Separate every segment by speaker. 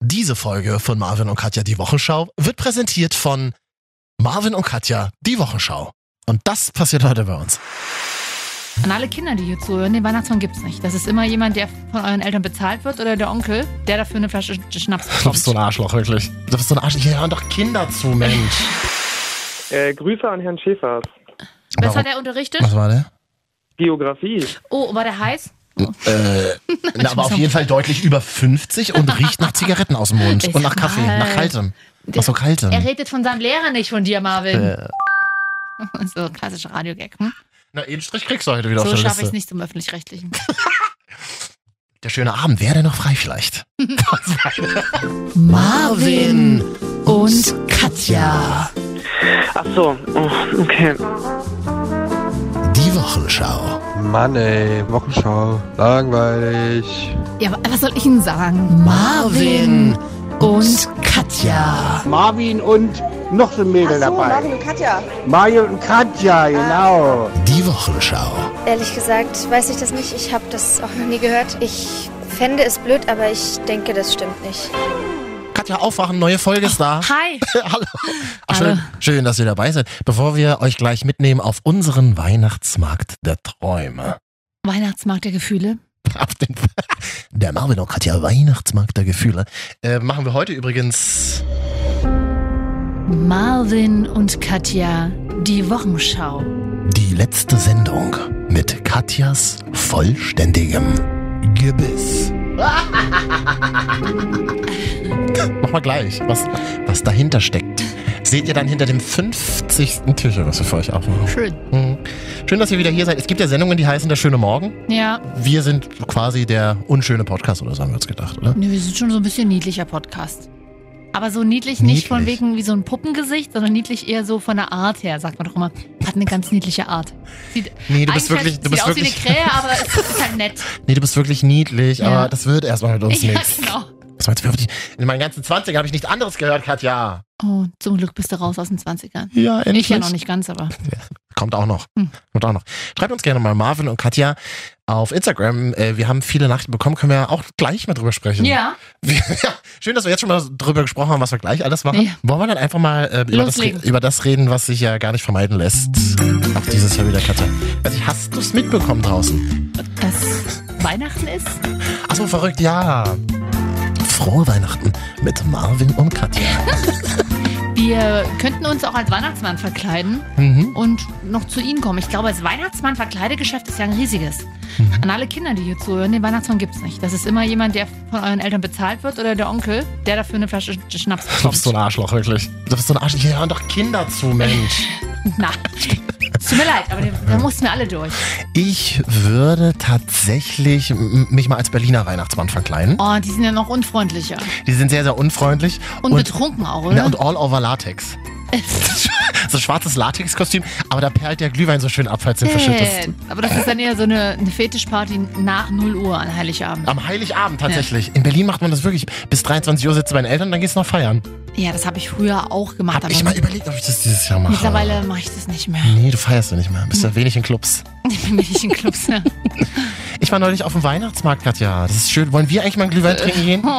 Speaker 1: Diese Folge von Marvin und Katja die Wochenschau wird präsentiert von Marvin und Katja die Wochenschau. Und das passiert heute bei uns.
Speaker 2: An alle Kinder, die hier zuhören, den Weihnachtsmann gibt's nicht. Das ist immer jemand, der von euren Eltern bezahlt wird oder der Onkel, der dafür eine Flasche Sch- Schnaps
Speaker 1: Du bist so
Speaker 2: bekommt.
Speaker 1: ein Arschloch, wirklich. Du bist so ein Arschloch. Hier hören doch Kinder zu, Mensch.
Speaker 3: Äh, Grüße an Herrn Schäfers.
Speaker 2: Was hat
Speaker 1: Warum-
Speaker 2: er unterrichtet?
Speaker 1: Was war der?
Speaker 3: Geografie.
Speaker 2: Oh, war der heiß?
Speaker 1: Äh, na, aber auf jeden Fall deutlich über 50 und riecht nach Zigaretten aus dem Mund.
Speaker 2: Ich
Speaker 1: Und nach
Speaker 2: sag
Speaker 1: Kaffee,
Speaker 2: mal.
Speaker 1: nach kaltem. Nach so kaltem.
Speaker 2: Er redet von seinem Lehrer nicht von dir, Marvin.
Speaker 1: Äh,
Speaker 2: So, klassischer Radiogag. Hm?
Speaker 1: na, einen Strich kriegst du heute wieder auf
Speaker 2: So
Speaker 1: der
Speaker 2: schaffe ich es
Speaker 1: Liste.
Speaker 2: nicht zum Öffentlich-Rechtlichen.
Speaker 1: Der schöne Abend, wäre der noch frei vielleicht?
Speaker 2: und Katja.
Speaker 3: Ach so, oh, okay.
Speaker 1: Die Wochenschau.
Speaker 4: Mann ey, Wochenschau, langweilig.
Speaker 2: Ja, wa- was soll ich Ihnen sagen?
Speaker 1: Marvin
Speaker 2: und
Speaker 1: Katja.
Speaker 5: Marvin und noch so ein Mädel
Speaker 6: Ach so,
Speaker 5: dabei.
Speaker 6: Marvin und Katja.
Speaker 5: Mario und Katja, genau.
Speaker 1: Die Wochenschau.
Speaker 7: Ehrlich gesagt weiß ich das nicht. Ich habe das auch noch nie gehört. Ich fände es blöd, aber ich denke, das stimmt nicht.
Speaker 1: Katja, aufwachen, neue Folge ist da.
Speaker 2: Hi.
Speaker 1: Hallo. Ach, schön,
Speaker 2: Hallo.
Speaker 1: schön, dass ihr dabei seid. Bevor wir euch gleich mitnehmen auf unseren Weihnachtsmarkt der Träume.
Speaker 2: Weihnachtsmarkt der Gefühle.
Speaker 1: Auf den der Marvin und Katja Weihnachtsmarkt der Gefühle. Äh, machen wir heute übrigens
Speaker 2: Marvin und Katja, die Wochenschau.
Speaker 1: die letzte Sendung mit Katjas vollständigem Gebiss. Machen wir gleich, was, was dahinter steckt. Seht ihr dann hinter dem 50. Tisch, was wir für euch aufmachen.
Speaker 2: Schön.
Speaker 1: Mhm. Schön, dass ihr wieder hier seid. Es gibt ja Sendungen, die heißen Der schöne Morgen.
Speaker 2: Ja,
Speaker 1: Wir sind quasi der unschöne Podcast oder so haben wir uns gedacht, oder?
Speaker 2: Nee, wir sind schon so ein bisschen niedlicher Podcast. Aber so niedlich nicht von
Speaker 1: Niedlich.
Speaker 2: wegen wie so ein Puppengesicht, sondern niedlich eher so von der Art her, sagt man doch immer. Hat eine ganz niedliche Art. Sieht,
Speaker 1: Nee, du
Speaker 2: eigentlich
Speaker 1: bist wirklich,
Speaker 2: halt,
Speaker 1: du
Speaker 2: sieht
Speaker 1: bist
Speaker 2: aus
Speaker 1: wirklich,
Speaker 2: wie eine Krähe, aber es ist halt nett.
Speaker 1: nee, du bist wirklich niedlich,
Speaker 2: Ja.
Speaker 1: aber das wird erstmal mit uns
Speaker 2: ja,
Speaker 1: nichts.
Speaker 2: genau.
Speaker 1: Das war jetzt wirklich, in meinen ganzen 20 habe ich nichts anderes gehört, Katja.
Speaker 2: Oh, zum Glück bist du raus aus den 20ern.
Speaker 1: Ja,
Speaker 2: Ich ja noch nicht ganz, aber
Speaker 1: Kommt auch noch.
Speaker 2: Hm.
Speaker 1: Kommt auch noch. Schreibt uns gerne mal Marvin und Katja auf Instagram. Äh, wir haben viele Nachrichten bekommen, können wir ja auch gleich mal drüber sprechen.
Speaker 2: ja,
Speaker 1: Wir, ja. Schön, dass wir jetzt schon mal drüber gesprochen haben, was wir gleich alles machen.
Speaker 2: Ja.
Speaker 1: Wollen wir dann einfach mal äh, über, das,
Speaker 2: Loslegen.
Speaker 1: re- über das reden, was sich ja gar nicht vermeiden lässt. Auch dieses Jahr wieder, Katja. Also, hast du es mitbekommen draußen?
Speaker 2: dass Weihnachten ist.
Speaker 1: Ach so, verrückt, ja. Frohe Weihnachten mit Marvin und Katja.
Speaker 2: Wir könnten uns auch als Weihnachtsmann verkleiden.
Speaker 1: Mhm.
Speaker 2: und noch zu Ihnen kommen. Ich glaube, das Weihnachtsmann-Verkleidegeschäft ist ja ein riesiges.
Speaker 1: Mhm.
Speaker 2: An alle Kinder, die hier zuhören, den Weihnachtsmann gibt's nicht. Das ist immer jemand, der von euren Eltern bezahlt wird oder der Onkel, der dafür eine Flasche Sch- Schnaps
Speaker 1: Du bist so
Speaker 2: bekommt.
Speaker 1: ein Arschloch, wirklich. Du bist so ein Arschloch. Hier hören doch Kinder zu, Mensch.
Speaker 2: Na, es tut mir leid, aber den- da mussten wir alle durch.
Speaker 1: Ich würde tatsächlich m- mich mal als Berliner Weihnachtsmann verkleiden.
Speaker 2: Oh, die sind ja noch unfreundlicher.
Speaker 1: Die sind sehr, sehr unfreundlich.
Speaker 2: Und, betrunken auch, oder?
Speaker 1: Ja, und all over Latex. so ein schwarzes Latex-Kostüm, aber da perlt der Glühwein so schön ab, falls du ihn verschüttest.
Speaker 2: Äh, aber das ist dann eher so eine, eine Fetischparty nach 0 Uhr an Heiligabend.
Speaker 1: Am Heiligabend tatsächlich. In Berlin macht man das wirklich. Bis 23 Uhr sitzt du bei den Eltern, dann gehst du noch feiern.
Speaker 2: Ja, das habe ich früher auch gemacht.
Speaker 1: Hab ich mal überlegt, ob ich das dieses Jahr mache.
Speaker 2: mittlerweile Hm. mache ich das nicht mehr.
Speaker 1: Nee, du feierst ja nicht mehr. Bist ja wenig in Clubs.
Speaker 2: Ich bin nicht in Clubs. ne?
Speaker 1: Ich war neulich auf dem Weihnachtsmarkt, Katja. Das ist schön. Wollen wir eigentlich mal einen
Speaker 2: Äh,
Speaker 1: Glühwein trinken gehen?
Speaker 2: hm.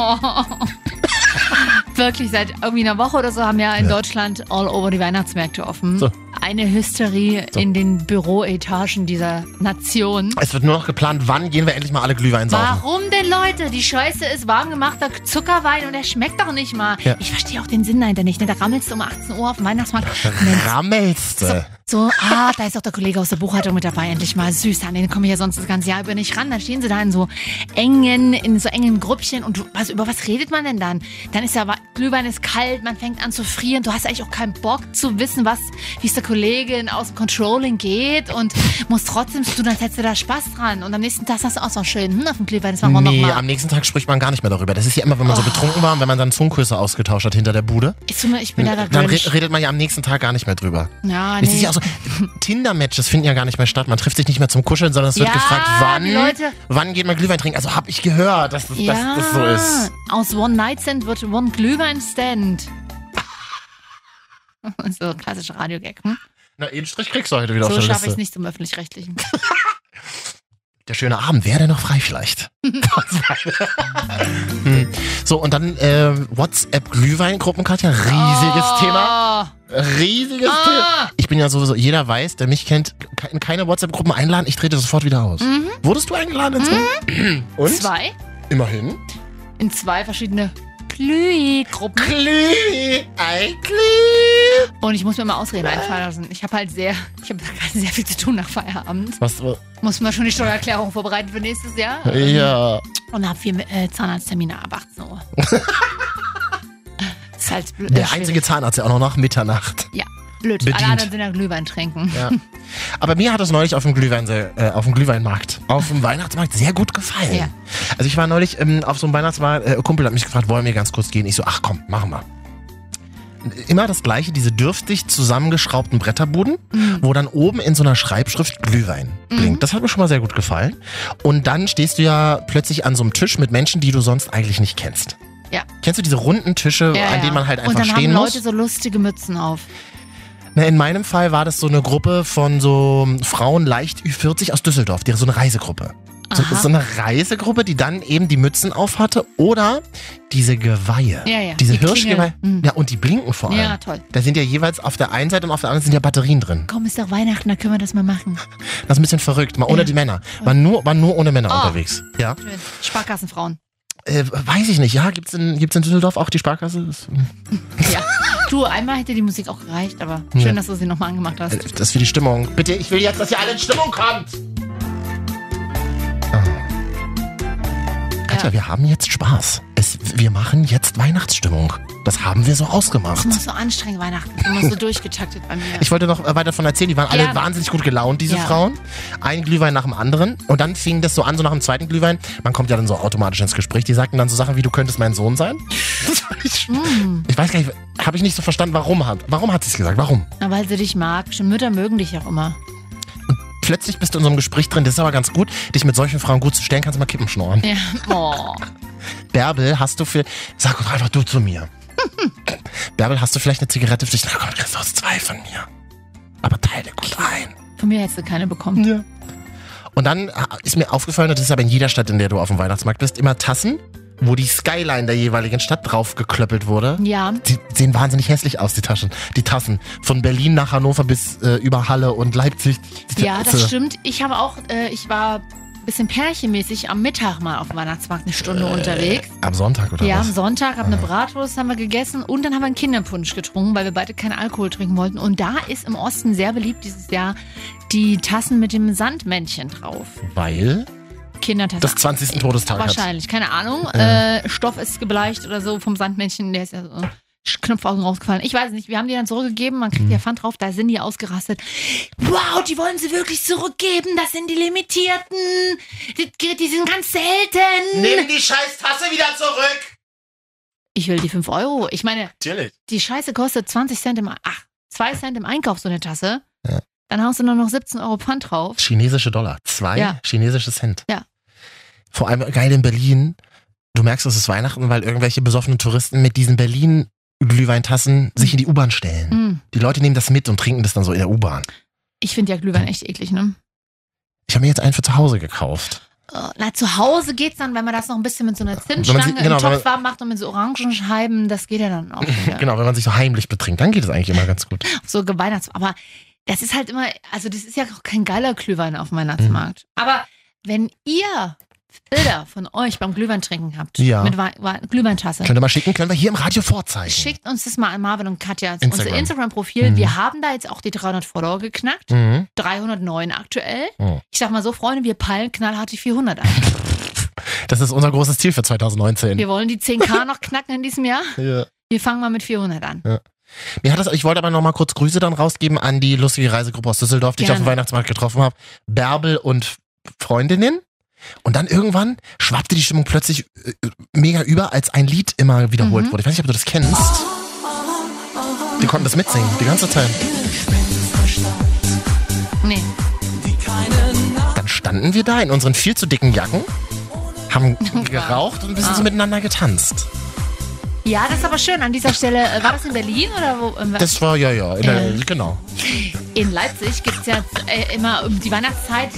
Speaker 2: Wirklich, seit irgendwie einer Woche oder so haben ja in
Speaker 1: Ja.
Speaker 2: Deutschland all over die Weihnachtsmärkte offen.
Speaker 1: So.
Speaker 2: Eine Hysterie
Speaker 1: So.
Speaker 2: in den Büroetagen dieser Nation.
Speaker 1: Es wird nur noch geplant, wann gehen wir endlich mal alle Glühwein saufen.
Speaker 2: Warum denn, Leute? Die Scheiße ist warm gemachter Zuckerwein und der schmeckt doch nicht mal.
Speaker 1: Ja.
Speaker 2: Ich verstehe auch den Sinn dahinter nicht. Ne? Da rammelst du um 18 Uhr auf dem Weihnachtsmarkt. Und dann
Speaker 1: Rammelste.
Speaker 2: so, ah, da ist auch der Kollege aus der Buchhaltung mit dabei, endlich mal süß. An den komme ich ja sonst das ganze Jahr über nicht ran. Dann stehen sie da in so engen, in so engen Grüppchen und du- was, über was redet man denn dann? Dann ist ja, wa- Glühwein ist kalt, man fängt an zu frieren. Du hast eigentlich auch keinen Bock zu wissen, was, wie es der Kollegin aus dem Controlling geht und musst trotzdem so tun, als hättest du da Spaß dran. Und am nächsten Tag sagst du auch so schön, hm, auf dem Glühwein, das machen wir Oh.
Speaker 1: Nee,
Speaker 2: nochmal.
Speaker 1: am nächsten Tag spricht man gar nicht mehr darüber. Das ist ja immer, wenn man so betrunken war und wenn man dann Zungenküsse ausgetauscht hat hinter der Bude,
Speaker 2: Ich, tut mir- ich bin ja da
Speaker 1: Hm, dann
Speaker 2: Grinch. Ah,
Speaker 1: re redet man ja am nächsten Tag gar nicht mehr drüber.
Speaker 2: Ja,
Speaker 1: Es ist ja auch so, Tinder-Matches finden ja gar nicht mehr statt. Man trifft sich nicht mehr zum Kuscheln, sondern es wird
Speaker 2: Ja,
Speaker 1: gefragt, wann,
Speaker 2: die Leute-
Speaker 1: wann geht man Glühwein trinken. Also habe ich gehört, dass das, dass das so ist.
Speaker 2: Aus One Night Stand wird One Glühwein Stand. so klassischer Radiogag. Hm?
Speaker 1: Na, einen Strich kriegst du heute wieder
Speaker 2: So
Speaker 1: auf der
Speaker 2: schaffe ich es
Speaker 1: Liste.
Speaker 2: nicht zum öffentlich-rechtlichen.
Speaker 1: der schöne Abend, wäre der noch frei vielleicht? Was meine- Hm. so, und dann äh, WhatsApp-Glühwein-Gruppen, Katja, riesiges
Speaker 2: oh.
Speaker 1: Thema. Riesiges Thema.
Speaker 2: Ah.
Speaker 1: Ich bin ja sowieso, jeder weiß, der mich kennt, ke- in keine WhatsApp-Gruppen einladen, ich trete sofort wieder aus.
Speaker 2: Mhm.
Speaker 1: Wurdest du eingeladen ins Und?
Speaker 2: Zwei.
Speaker 1: Immerhin.
Speaker 2: In zwei verschiedene Glühgruppen.
Speaker 1: Glüh, ei, Glüh.
Speaker 2: Und ich muss mir mal Ausreden einfallen lassen. Ich habe halt sehr, ich habe sehr viel zu tun nach Feierabend.
Speaker 1: Was? äh,
Speaker 2: Muss man schon die Steuererklärung vorbereiten für nächstes Jahr.
Speaker 1: Ja.
Speaker 2: Und habe vier äh, Zahnarzttermine ab 18 Uhr. ist halt blöd.
Speaker 1: Der
Speaker 2: äh,
Speaker 1: einzige
Speaker 2: schwierig.
Speaker 1: Zahnarzt, der auch noch nach Mitternacht.
Speaker 2: blöd.
Speaker 1: bedient.
Speaker 2: Alle anderen sind ja Glühwein trinken.
Speaker 1: Ja. Aber mir hat das neulich auf dem, Glühwein, äh, auf dem Glühweinmarkt, auf dem Weihnachtsmarkt sehr gut gefallen.
Speaker 2: Ja.
Speaker 1: Also ich war neulich ähm, auf so einem Weihnachtsmarkt, äh, Kumpel hat mich gefragt, wollen wir ganz kurz gehen? Ich so, ach komm, machen wir. Immer das gleiche, diese dürftig zusammengeschraubten Bretterbuden,
Speaker 2: Mhm.
Speaker 1: wo dann oben in so einer Schreibschrift Glühwein blinkt. Das hat mir schon mal sehr gut gefallen. Und dann stehst du ja plötzlich an so einem Tisch mit Menschen, die du sonst eigentlich nicht kennst.
Speaker 2: Ja.
Speaker 1: Kennst du diese runden Tische,
Speaker 2: Ja,
Speaker 1: an
Speaker 2: ja.
Speaker 1: denen man halt
Speaker 2: Und
Speaker 1: einfach
Speaker 2: dann
Speaker 1: stehen
Speaker 2: haben
Speaker 1: muss?
Speaker 2: Leute so lustige Mützen auf.
Speaker 1: Na, in meinem Fall war das so eine Gruppe von so Frauen leicht Ü40 aus Düsseldorf, die, so eine Reisegruppe. So,
Speaker 2: Aha.
Speaker 1: so eine Reisegruppe, die dann eben die Mützen auf hatte oder diese Geweihe.
Speaker 2: Ja, ja.
Speaker 1: Diese
Speaker 2: Die Klingel.
Speaker 1: Hirschgeweihe.
Speaker 2: Mhm.
Speaker 1: Ja, und die blinken vor allem.
Speaker 2: Ja, toll.
Speaker 1: Da sind ja jeweils auf der einen Seite und auf der anderen sind ja Batterien drin.
Speaker 2: Komm, ist doch Weihnachten, da können wir das mal machen.
Speaker 1: Das ist ein bisschen verrückt. Mal ohne
Speaker 2: Ja.
Speaker 1: die Männer. War nur, war nur ohne Männer
Speaker 2: Oh.
Speaker 1: unterwegs. Ja.
Speaker 2: Schön. Sparkassenfrauen.
Speaker 1: Äh, weiß ich nicht. Ja, gibt's in, gibt's in Düsseldorf auch die Sparkasse? Das,
Speaker 2: Ja. du, einmal hätte die Musik auch gereicht, aber schön,
Speaker 1: Ja.
Speaker 2: dass du sie nochmal angemacht hast.
Speaker 1: äh, das ist für die Stimmung. Bitte, ich will jetzt, dass ihr alle in Stimmung kommt. Katja,
Speaker 2: Ja.
Speaker 1: wir haben jetzt Spaß. Es, wir machen jetzt Weihnachtsstimmung. Das haben wir so ausgemacht.
Speaker 2: Das muss so anstrengend Weihnachten. Das muss so durchgetaktet bei mir.
Speaker 1: Ich wollte noch äh, weiter davon erzählen, die waren alle
Speaker 2: Gerne.
Speaker 1: wahnsinnig gut gelaunt, diese
Speaker 2: Ja.
Speaker 1: Frauen. Ein Glühwein nach dem anderen. Und dann fing das so an, so nach dem zweiten Glühwein. Man kommt ja dann so automatisch ins Gespräch. Die sagten dann so Sachen wie, du könntest mein Sohn sein. Das fand ich,
Speaker 2: Hm.
Speaker 1: ich weiß gar nicht, habe ich nicht so verstanden, warum hat, warum hat sie es gesagt? Warum?
Speaker 2: Na, weil sie dich mag. Schon Mütter mögen dich auch immer.
Speaker 1: Plötzlich bist du in so einem Gespräch drin, das ist aber ganz gut, dich mit solchen Frauen gut zu stellen, kannst du mal Kippen schnorren.
Speaker 2: Ja. Oh.
Speaker 1: Bärbel, hast du für. Sag doch einfach du zu mir. Bärbel, hast du vielleicht eine Zigarette für dich? Na komm, du kriegst aus zwei von mir. Aber teile gut ein.
Speaker 2: Von mir hättest du keine bekommen.
Speaker 1: Ja. Und dann ah, ist mir aufgefallen, und das ist aber in jeder Stadt, in der du auf dem Weihnachtsmarkt bist, immer Tassen, wo die Skyline der jeweiligen Stadt draufgeklöppelt wurde.
Speaker 2: Ja.
Speaker 1: Die sehen wahnsinnig hässlich aus, die Taschen. Die Tassen. Von Berlin nach Hannover bis äh, über Halle und Leipzig. Äh, Die
Speaker 2: Ja, das
Speaker 1: Tasse.
Speaker 2: stimmt. Ich habe auch, äh, ich war ein bisschen pärchenmäßig am Mittag mal auf dem Weihnachtsmarkt eine
Speaker 1: Äh,
Speaker 2: Stunde unterwegs.
Speaker 1: Am Sonntag, oder
Speaker 2: Ja, am
Speaker 1: was? Äh.
Speaker 2: Sonntag haben eine Bratwurst haben wir gegessen und dann haben wir einen Kinderpunsch getrunken, weil wir beide keinen Alkohol trinken wollten. Und da ist im Osten sehr beliebt dieses Jahr die Tassen mit dem Sandmännchen drauf.
Speaker 1: Weil
Speaker 2: Kindertassen.
Speaker 1: das 20. Todestag hat.
Speaker 2: Wahrscheinlich, keine Ahnung.
Speaker 1: Ja.
Speaker 2: Äh, Stoff ist gebleicht oder so vom Sandmännchen, der ist ja so Knopfaugen rausgefallen. Ich weiß nicht, wir haben die dann zurückgegeben, man
Speaker 1: Mhm.
Speaker 2: kriegt ja Pfand drauf, da sind die ausgerastet. Wow, die wollen sie wirklich zurückgeben, das sind die Limitierten. Die, die sind ganz selten.
Speaker 1: Nimm die scheiß Tasse wieder zurück!
Speaker 2: Ich will die 5 Euro. Ich meine,
Speaker 1: Natürlich.
Speaker 2: die Scheiße kostet 20 Cent im, ach, 2 Cent im Einkauf so eine Tasse.
Speaker 1: Ja.
Speaker 2: Dann haust du nur noch 17 Euro Pfand drauf.
Speaker 1: Chinesische Dollar. Zwei
Speaker 2: Ja.
Speaker 1: chinesische Cent.
Speaker 2: Ja.
Speaker 1: Vor allem geil in Berlin. Du merkst, es ist Weihnachten, weil irgendwelche besoffenen Touristen mit diesen Berlin-Glühweintassen sich in die U-Bahn stellen.
Speaker 2: Hm.
Speaker 1: Die Leute nehmen das mit und trinken das dann so in der U-Bahn.
Speaker 2: Ich finde ja Glühwein echt eklig, ne?
Speaker 1: Ich habe mir jetzt einen für zu Hause gekauft.
Speaker 2: Äh, Na, zu Hause geht's dann, wenn man das noch ein bisschen mit so einer
Speaker 1: man
Speaker 2: Zimtstange
Speaker 1: sie- genau,
Speaker 2: in
Speaker 1: wenn man-
Speaker 2: Topffarben macht und mit so Orangenscheiben, das geht ja dann auch. wieder.
Speaker 1: Genau, wenn man sich so heimlich betrinkt, dann geht es eigentlich immer ganz gut.
Speaker 2: So ge- Weihnachts. Aber das ist halt immer, also das ist ja auch kein geiler Glühwein auf dem Weihnachtsmarkt. Aber wenn ihr Bilder von euch beim Glühwein trinken habt,
Speaker 1: Ja.
Speaker 2: mit Wei- Wei- Glühweintasse,
Speaker 1: Könnt ihr mal schicken, können wir hier im Radio vorzeigen.
Speaker 2: schickt uns das mal an Marvin und Katja, also unser
Speaker 1: Instagram.
Speaker 2: Instagram-Profil.
Speaker 1: Mhm.
Speaker 2: Wir haben da jetzt auch die 300 Follower geknackt,
Speaker 1: Mhm.
Speaker 2: 309 aktuell.
Speaker 1: Mhm.
Speaker 2: Ich sag mal so, Freunde, wir peilen knallhart die 400 an.
Speaker 1: Das ist unser großes Ziel für 2019.
Speaker 2: Wir wollen die 10k noch knacken in diesem Jahr.
Speaker 1: Ja.
Speaker 2: Wir fangen mal mit 400 an.
Speaker 1: Mir hat das, ich wollte aber noch mal kurz Grüße dann rausgeben an die lustige Reisegruppe aus Düsseldorf, die ich auf dem
Speaker 2: Gerne.
Speaker 1: Weihnachtsmarkt getroffen habe. Bärbel und Freundinnen. Und dann irgendwann schwappte die Stimmung plötzlich äh, mega über, als ein Lied immer wiederholt
Speaker 2: Mhm.
Speaker 1: wurde. Ich weiß nicht, ob du das kennst. Die konnten das mitsingen, die ganze Zeit.
Speaker 2: Nee.
Speaker 1: Dann standen wir da in unseren viel zu dicken Jacken, haben geraucht und ein
Speaker 2: Ah.
Speaker 1: bisschen so miteinander getanzt.
Speaker 2: Ja, das ist aber schön. An dieser Stelle, äh, war das in Berlin oder wo? ähm,
Speaker 1: Das war, ja, ja, in der,
Speaker 2: Äh.
Speaker 1: genau.
Speaker 2: in Leipzig gibt es ja äh, immer um die Weihnachtszeit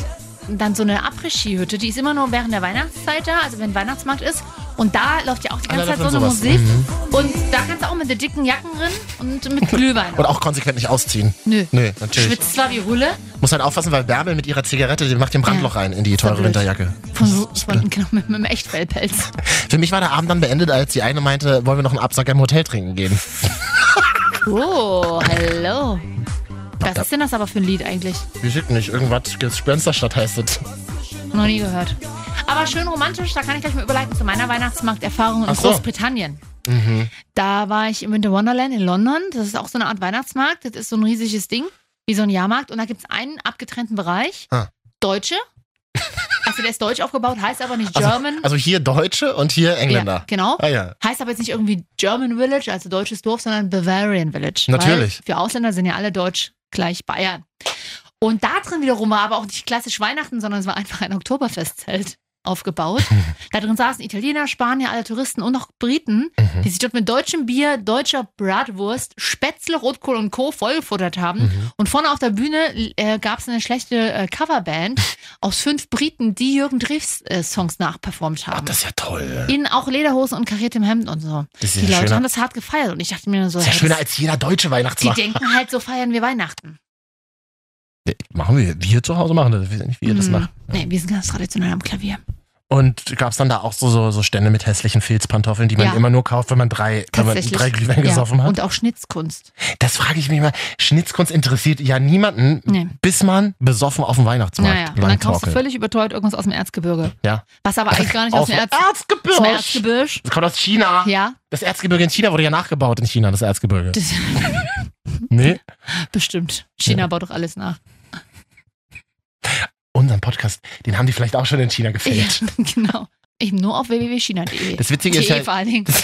Speaker 2: dann so eine Après-Ski-Hütte, die ist immer nur während der Weihnachtszeit da, also wenn Weihnachtsmarkt ist. Und da läuft ja auch die
Speaker 1: Ah,
Speaker 2: ganze
Speaker 1: da
Speaker 2: Zeit so
Speaker 1: läuft
Speaker 2: eine
Speaker 1: dann sowas. Mhm.
Speaker 2: Musik. Und da kannst du auch mit der dicken Jacken drin und mit Glühwein.
Speaker 1: Und auch konsequent nicht ausziehen.
Speaker 2: Nö.
Speaker 1: Nö, natürlich.
Speaker 2: Schwitzt zwar wie Hulle.
Speaker 1: Muss halt aufpassen, weil Bärbel mit ihrer Zigarette, die macht den Brandloch rein in die teure
Speaker 2: blöd.
Speaker 1: Winterjacke.
Speaker 2: Von, so- von, genau, mit, mit einem Echtfellpelz.
Speaker 1: Für mich war der Abend dann beendet, als die eine meinte, wollen wir noch einen Absacker im Hotel trinken gehen.
Speaker 2: Oh, hallo. Was ist denn das aber für ein Lied eigentlich?
Speaker 1: Wir schicken nicht, irgendwas Gespensterstadt heißt es.
Speaker 2: Noch nie gehört. Aber schön romantisch, da kann ich gleich mal überleiten zu meiner Weihnachtsmarkterfahrung in
Speaker 1: Ach so.
Speaker 2: Großbritannien.
Speaker 1: Mhm.
Speaker 2: Da war ich im Winter Wonderland in London. Das ist auch so eine Art Weihnachtsmarkt. Das ist so ein riesiges Ding, wie so ein Jahrmarkt. Und da gibt es einen abgetrennten Bereich.
Speaker 1: Ah.
Speaker 2: Deutsche. Also der ist deutsch aufgebaut, heißt aber nicht German.
Speaker 1: Also hier Deutsche und hier
Speaker 2: ja,
Speaker 1: Engländer.
Speaker 2: genau.
Speaker 1: Ah ja.
Speaker 2: Heißt aber jetzt nicht irgendwie German Village, also deutsches Dorf, sondern Bavarian Village.
Speaker 1: Natürlich.
Speaker 2: Weil für Ausländer sind ja alle deutsch gleich Bayern. Und da drin wiederum war aber auch nicht klassisch Weihnachten, sondern es war einfach ein Oktoberfestzelt aufgebaut. da drin saßen Italiener, Spanier, alle Touristen und auch Briten,
Speaker 1: Mhm.
Speaker 2: die sich dort mit deutschem Bier, deutscher Bratwurst, Spätzle, Rotkohl und Co. vollgefuttert haben.
Speaker 1: Mhm.
Speaker 2: Und vorne auf der Bühne äh, gab es eine schlechte äh, Coverband aus fünf Briten, die Jürgen Drews äh, Songs nachperformt haben.
Speaker 1: Ach, Ah, das ist ja toll.
Speaker 2: In auch Lederhosen und kariertem Hemd und so.
Speaker 1: Das ist
Speaker 2: Die
Speaker 1: ja
Speaker 2: Leute haben
Speaker 1: schöner,
Speaker 2: das hart gefeiert und ich dachte mir nur so,
Speaker 1: das ist ja
Speaker 2: hey,
Speaker 1: schöner als jeder deutsche
Speaker 2: die
Speaker 1: Weihnachtsmarkt.
Speaker 2: denken halt, so feiern wir Weihnachten.
Speaker 1: Machen wir. Wir zu Hause machen das. Ich weiß nicht, wie ihr das
Speaker 2: Hm.
Speaker 1: macht.
Speaker 2: Nee, wir sind ganz traditionell am Klavier.
Speaker 1: Und gab's dann da auch so, so, so Stände mit hässlichen Filzpantoffeln, die man
Speaker 2: Ja.
Speaker 1: immer nur kauft, wenn man drei, wenn man
Speaker 2: Tatsächlich.
Speaker 1: drei Glühwein
Speaker 2: Ja.
Speaker 1: gesoffen hat?
Speaker 2: Und auch Schnitzkunst.
Speaker 1: Das frage ich mich mal. Schnitzkunst interessiert ja niemanden,
Speaker 2: Nee.
Speaker 1: bis man besoffen auf dem Weihnachtsmarkt
Speaker 2: Naja, und dann kaufst du
Speaker 1: langtorkelt.
Speaker 2: völlig überteuert irgendwas aus dem Erzgebirge.
Speaker 1: Ja.
Speaker 2: Was aber eigentlich gar nicht aus dem Erz
Speaker 1: Erzgebirge.
Speaker 2: aus dem Erzgebirge.
Speaker 1: Das kommt aus China.
Speaker 2: Ja,
Speaker 1: Das Erzgebirge in China wurde ja nachgebaut in China, das Erzgebirge.
Speaker 2: das,
Speaker 1: nee.
Speaker 2: bestimmt. China baut doch alles nach.
Speaker 1: Unseren Podcast, den haben die vielleicht auch schon in China
Speaker 2: Ja,
Speaker 1: gefällt.
Speaker 2: genau. Eben nur auf www.china.de.
Speaker 1: Das Witzige ist halt-
Speaker 2: .de
Speaker 1: ja-
Speaker 2: E. vor allen Dingen. ganz,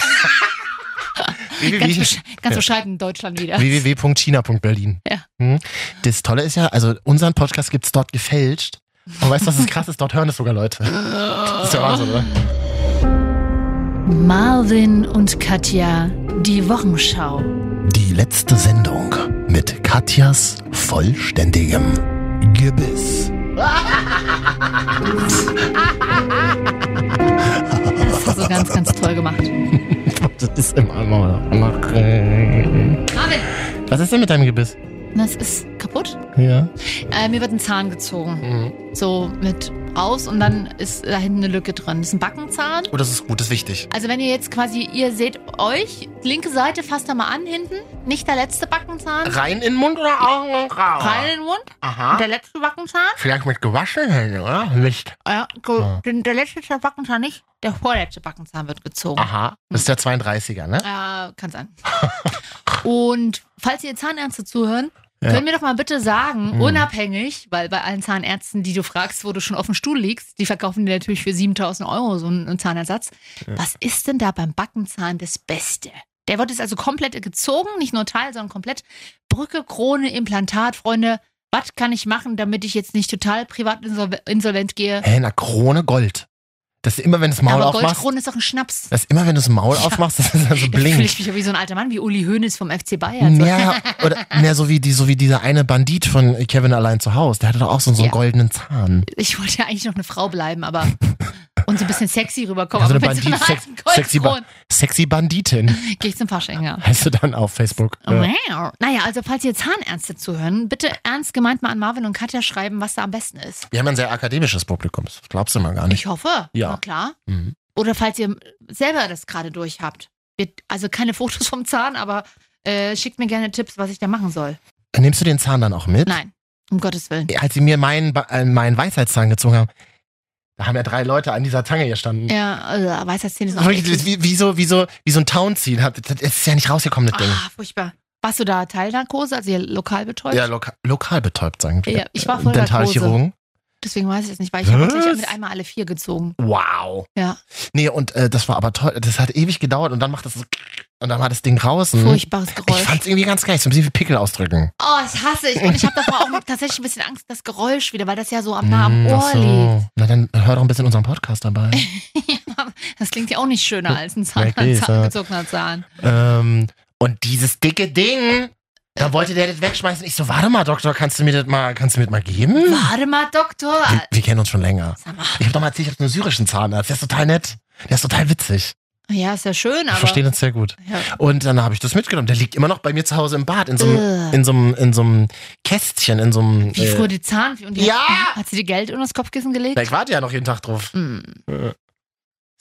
Speaker 1: www.
Speaker 2: besch ganz bescheiden in Deutschland wieder.
Speaker 1: www.china.berlin.
Speaker 2: Ja.
Speaker 1: Hm? Das Tolle ist ja, also unseren Podcast gibt's dort gefälscht. Und weißt du, was das krass ist? Dort hören es sogar Leute. Das ist der Wahnsinn, oder?
Speaker 2: Marvin und Katja, die Wochenschau.
Speaker 1: Die letzte Sendung mit Katjas vollständigem Gebiss.
Speaker 2: Das hast du ganz, ganz toll gemacht.
Speaker 1: Das ist im Arm.
Speaker 2: Marvin!
Speaker 1: Was ist denn mit deinem Gebiss?
Speaker 2: Das ist kaputt.
Speaker 1: Ja.
Speaker 2: Äh, mir wird ein Zahn gezogen.
Speaker 1: Mhm.
Speaker 2: So mit raus und dann ist da hinten eine Lücke drin. Das ist ein Backenzahn.
Speaker 1: Oh, das ist gut, das ist wichtig.
Speaker 2: Also wenn ihr jetzt quasi, ihr seht euch, linke Seite, fasst da mal an hinten. Nicht der letzte Backenzahn.
Speaker 1: Rein in den Mund oder Augen und raus?
Speaker 2: Rein in den Mund.
Speaker 1: Aha.
Speaker 2: Der letzte Backenzahn.
Speaker 1: Vielleicht mit gewaschenen Händen, oder? Nicht.
Speaker 2: Ja, so,
Speaker 1: Ah.
Speaker 2: den- Der letzte Backenzahn nicht. Der vorletzte Backenzahn wird gezogen.
Speaker 1: Aha. Das ist der 32er, ne?
Speaker 2: Äh, kann sein. Und falls ihr Zahnärzte zuhören,
Speaker 1: Ja.
Speaker 2: können wir doch mal bitte sagen,
Speaker 1: Mhm.
Speaker 2: unabhängig, weil bei allen Zahnärzten, die du fragst, wo du schon auf dem Stuhl liegst, die verkaufen dir natürlich für 7000 Euro so einen einen Zahnersatz. Was ist denn da beim Backenzahn das Beste? Der wird jetzt also komplett gezogen, nicht nur Teil, sondern komplett. Brücke, Krone, Implantat, Freunde. Was kann ich machen, damit ich jetzt nicht total privat insol- insolvent gehe?
Speaker 1: Hä, na Krone Gold. Das ist immer, wenn du das Maul
Speaker 2: Aber
Speaker 1: aufmachst.
Speaker 2: Goldkrone ist doch ein Schnaps.
Speaker 1: Das ist immer, wenn du das Maul aufmachst, das ist dann so
Speaker 2: Da fühle ich
Speaker 1: blinkt.
Speaker 2: mich ja wie so ein alter Mann, wie Uli Hoeneß vom FC Bayern. So.
Speaker 1: Ja, oder mehr so wie die, so wie dieser eine Bandit von Kevin allein zu Hause. Der hatte doch auch so, so einen
Speaker 2: Ja.
Speaker 1: goldenen Zahn.
Speaker 2: Ich wollte ja eigentlich noch eine Frau bleiben, aber und so ein bisschen sexy rüberkommen.
Speaker 1: Ja, so
Speaker 2: aber
Speaker 1: eine
Speaker 2: mit so einer
Speaker 1: Also Bandit- sex-
Speaker 2: alten
Speaker 1: sexy Ba-
Speaker 2: Goldkrone
Speaker 1: Sexy Banditin
Speaker 2: gehe ich zum Fasching, ja.
Speaker 1: heißt du dann auf Facebook.
Speaker 2: Oh
Speaker 1: Ja.
Speaker 2: Wow. Naja, also falls ihr Zahnärzte zuhören, bitte ernst gemeint mal an Marvin und Katja schreiben, was da am besten ist.
Speaker 1: Wir haben ein sehr akademisches Publikum. Das glaubst du mal gar nicht.
Speaker 2: Ich hoffe.
Speaker 1: Ja.
Speaker 2: Na klar.
Speaker 1: Mhm.
Speaker 2: Oder falls ihr selber das gerade durch habt. Wir- Also keine Fotos vom Zahn, aber äh, schickt mir gerne Tipps, was ich da machen soll.
Speaker 1: Nimmst du den Zahn dann auch mit?
Speaker 2: Nein, um Gottes Willen.
Speaker 1: Als sie mir meinen, Ba- äh, meinen Weisheitszahn gezogen haben, da haben ja drei Leute an dieser Zange gestanden.
Speaker 2: Ja, also, Weisheitszähne ist noch
Speaker 1: Wirklich, das ist
Speaker 2: eklig.
Speaker 1: Wie, wie, so, wie, so, wie so ein Townziehen. Hat- Das ist ja nicht rausgekommen, das Ding.
Speaker 2: Ah, furchtbar. Warst du da Teilnarkose, also hier lokal betäubt?
Speaker 1: Ja, äh, loka lokal betäubt, sagen wir.
Speaker 2: Ja, ich war voll
Speaker 1: Dentalchirurgen.
Speaker 2: Deswegen weiß ich es nicht, weil ich habe
Speaker 1: Was?
Speaker 2: gleich mit einmal alle vier gezogen.
Speaker 1: Wow.
Speaker 2: Ja.
Speaker 1: Nee, und äh, das war aber toll. Das hat ewig gedauert und dann macht das so und dann war das Ding raus. und-
Speaker 2: Furchtbares
Speaker 1: Mhm. Ich
Speaker 2: Geräusch.
Speaker 1: fand's irgendwie ganz geil. So ein bisschen wie Pickel ausdrücken.
Speaker 2: Oh, das hasse ich. Und ich habe davor auch tatsächlich ein bisschen Angst, das Geräusch wieder, weil das ja so am nah am
Speaker 1: Mm,
Speaker 2: Ohr
Speaker 1: ach so. Na dann hör doch ein bisschen unseren Podcast dabei.
Speaker 2: liegt. Das klingt ja auch nicht schöner als ein
Speaker 1: Ja,
Speaker 2: Zahn,
Speaker 1: okay,
Speaker 2: Zahn
Speaker 1: ja.
Speaker 2: gezogener Zahn.
Speaker 1: ähm, und dieses dicke Ding Dann wollte der das wegschmeißen. Ich so, warte mal, Doktor, kannst du mir das mal, kannst du mir das mal geben?
Speaker 2: Warte mal, Doktor.
Speaker 1: Wir, wir kennen uns schon länger.
Speaker 2: Sag mal.
Speaker 1: Ich habe doch mal erzählt, ich habe einen syrischen Zahnarzt. Der ist total nett. Der ist total witzig.
Speaker 2: Ja, ist ja schön,
Speaker 1: Ich
Speaker 2: aber.
Speaker 1: verstehe das sehr gut.
Speaker 2: Ja.
Speaker 1: Und dann habe ich das mitgenommen. Der liegt immer noch bei mir zu Hause im Bad, in so einem,
Speaker 2: Ugh.
Speaker 1: in so einem, in so einem Kästchen, in so einem.
Speaker 2: Äh. Wie früher die Zahn. Und die
Speaker 1: Ja!
Speaker 2: Hat sie dir Geld unter das Kopfkissen gelegt?
Speaker 1: na, ich warte ja noch jeden Tag drauf.
Speaker 2: Hm.
Speaker 1: Äh,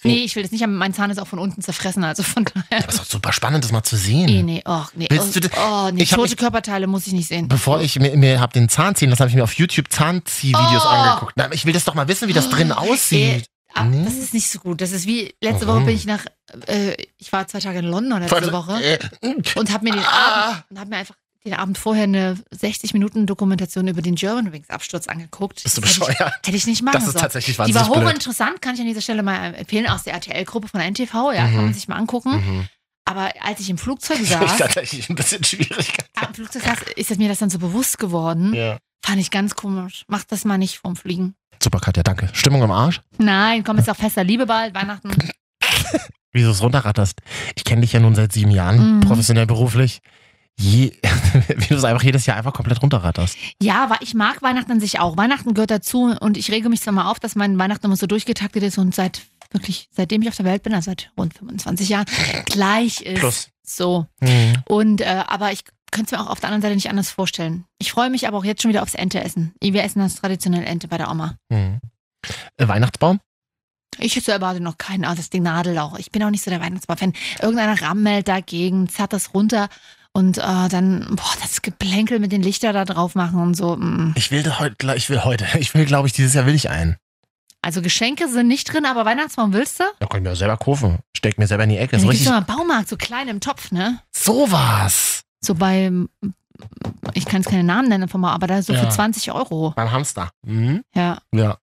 Speaker 2: Nee, ich will das nicht, aber mein Zahn ist auch von unten zerfressen, also von daher.
Speaker 1: Das ist doch super spannend, das mal zu sehen.
Speaker 2: Eh, nee, oh, nee.
Speaker 1: Willst du das-
Speaker 2: oh, nee,
Speaker 1: Ich hab
Speaker 2: tote
Speaker 1: mich-
Speaker 2: Körperteile muss ich nicht sehen.
Speaker 1: Bevor ich mir, mir habe den Zahn ziehen lassen, habe ich mir auf YouTube Zahnziehvideos
Speaker 2: Oh. Äh,
Speaker 1: angeguckt. Na, ich will das doch mal wissen, wie das drin aussieht.
Speaker 2: Ah,
Speaker 1: Nee.
Speaker 2: Das ist nicht so gut. Das ist wie, letzte
Speaker 1: Warum?
Speaker 2: Woche bin ich nach, äh, ich war zwei Tage in London letzte Woche
Speaker 1: Äh,
Speaker 2: und habe mir den
Speaker 1: Ah.
Speaker 2: Abend, und hab mir einfach den Abend vorher eine 60-Minuten-Dokumentation über den Germanwings-Absturz angeguckt.
Speaker 1: bist du
Speaker 2: Das hätte ich-
Speaker 1: bescheuert?
Speaker 2: Hätte ich nicht machen
Speaker 1: Das ist
Speaker 2: sollen.
Speaker 1: tatsächlich
Speaker 2: Die
Speaker 1: wahnsinnig
Speaker 2: war
Speaker 1: blöd.
Speaker 2: hochinteressant, kann ich an dieser Stelle mal empfehlen, aus der RTL-Gruppe von NTV, ja,
Speaker 1: Mhm.
Speaker 2: kann man sich mal angucken.
Speaker 1: Mhm.
Speaker 2: Aber als ich im Flugzeug
Speaker 1: Das ist
Speaker 2: saß,
Speaker 1: tatsächlich ein bisschen schwierig.
Speaker 2: am Flugzeug saß, ist es mir das dann so bewusst geworden.
Speaker 1: Ja.
Speaker 2: Fand ich ganz komisch. Mach das mal nicht vom Fliegen.
Speaker 1: Super, Katja, danke. Stimmung im Arsch?
Speaker 2: Nein, komm, jetzt auch fester Liebe bald, Weihnachten.
Speaker 1: Wie du es runterratterst. Ich kenne dich ja nun seit sieben Jahren,
Speaker 2: Mhm.
Speaker 1: professionell beruflich. Je, wie du es einfach jedes Jahr einfach komplett runterratterst.
Speaker 2: Ja, weil ich mag Weihnachten an sich auch. Weihnachten gehört dazu und ich rege mich zwar mal auf, dass mein Weihnachten immer so durchgetaktet ist und seit wirklich, seitdem ich auf der Welt bin, also seit rund 25 Jahren, gleich ist.
Speaker 1: Plus.
Speaker 2: So.
Speaker 1: Mhm.
Speaker 2: Und äh, aber ich könnte es mir auch auf der anderen Seite nicht anders vorstellen. Ich freue mich aber auch jetzt schon wieder aufs Enteessen. Wir essen das traditionelle Ente bei der Oma.
Speaker 1: Mhm. Äh, Weihnachtsbaum?
Speaker 2: Ich selber hatte noch keinen, also das Ding Nadelauch. Ich bin auch nicht so der Weihnachtsbaum-Fan. Irgendeiner rammelt dagegen, zerrt das runter und äh, dann, boah, das Geplänkel mit den Lichtern da drauf machen und so. mm.
Speaker 1: Ich will heute, ich will heute, ich will, glaube ich, dieses Jahr will ich einen.
Speaker 2: Also Geschenke sind nicht drin, aber Weihnachtsbaum willst du?
Speaker 1: Da kann ich mir selber kaufen. Steck mir selber in die Ecke.
Speaker 2: Das
Speaker 1: So
Speaker 2: ja, gibt
Speaker 1: richtig.
Speaker 2: immer im Baumarkt, so klein im Topf, ne?
Speaker 1: Sowas!
Speaker 2: So bei, mm, ich kann es keine Namen nennen von mal, aber da so
Speaker 1: Ja.
Speaker 2: für 20 Euro.
Speaker 1: Beim Hamster. Mhm.
Speaker 2: Ja.
Speaker 1: Ja.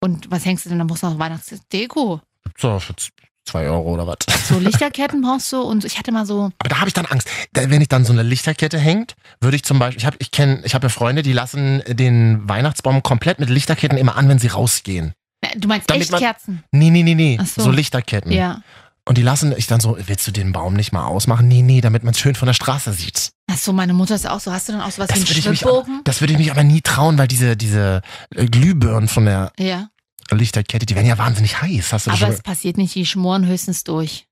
Speaker 2: Und was hängst du denn? Da brauchst du noch Weihnachtsdeko.
Speaker 1: So, für z- zwei Euro oder was.
Speaker 2: So Lichterketten brauchst du und ich hatte mal so,
Speaker 1: Aber da habe ich dann Angst. Da, wenn ich dann so eine Lichterkette hängt, würde ich zum Beispiel, ich habe ich kenn, ich hab ja Freunde, die lassen den Weihnachtsbaum komplett mit Lichterketten immer an, wenn sie rausgehen.
Speaker 2: Na, du meinst
Speaker 1: Damit
Speaker 2: echt
Speaker 1: man- Hm.
Speaker 2: Kerzen?
Speaker 1: Nee, nee, nee, nee.
Speaker 2: Ach
Speaker 1: So.
Speaker 2: so.
Speaker 1: Lichterketten.
Speaker 2: Ja.
Speaker 1: Und die lassen ich dann so, willst du den Baum nicht mal ausmachen? Nee, nee, damit man schön von der Straße sieht.
Speaker 2: Ach so, meine Mutter ist auch so. Hast du dann auch sowas
Speaker 1: Das
Speaker 2: wie einen
Speaker 1: würde ich mich
Speaker 2: Schwibbogen?
Speaker 1: Das würde ich mich aber nie trauen, weil diese, diese äh, Glühbirnen von der
Speaker 2: Ja.
Speaker 1: Lichterkette, die werden ja wahnsinnig heiß. Hast du das
Speaker 2: Aber
Speaker 1: schon-
Speaker 2: es passiert nicht, die schmoren höchstens durch.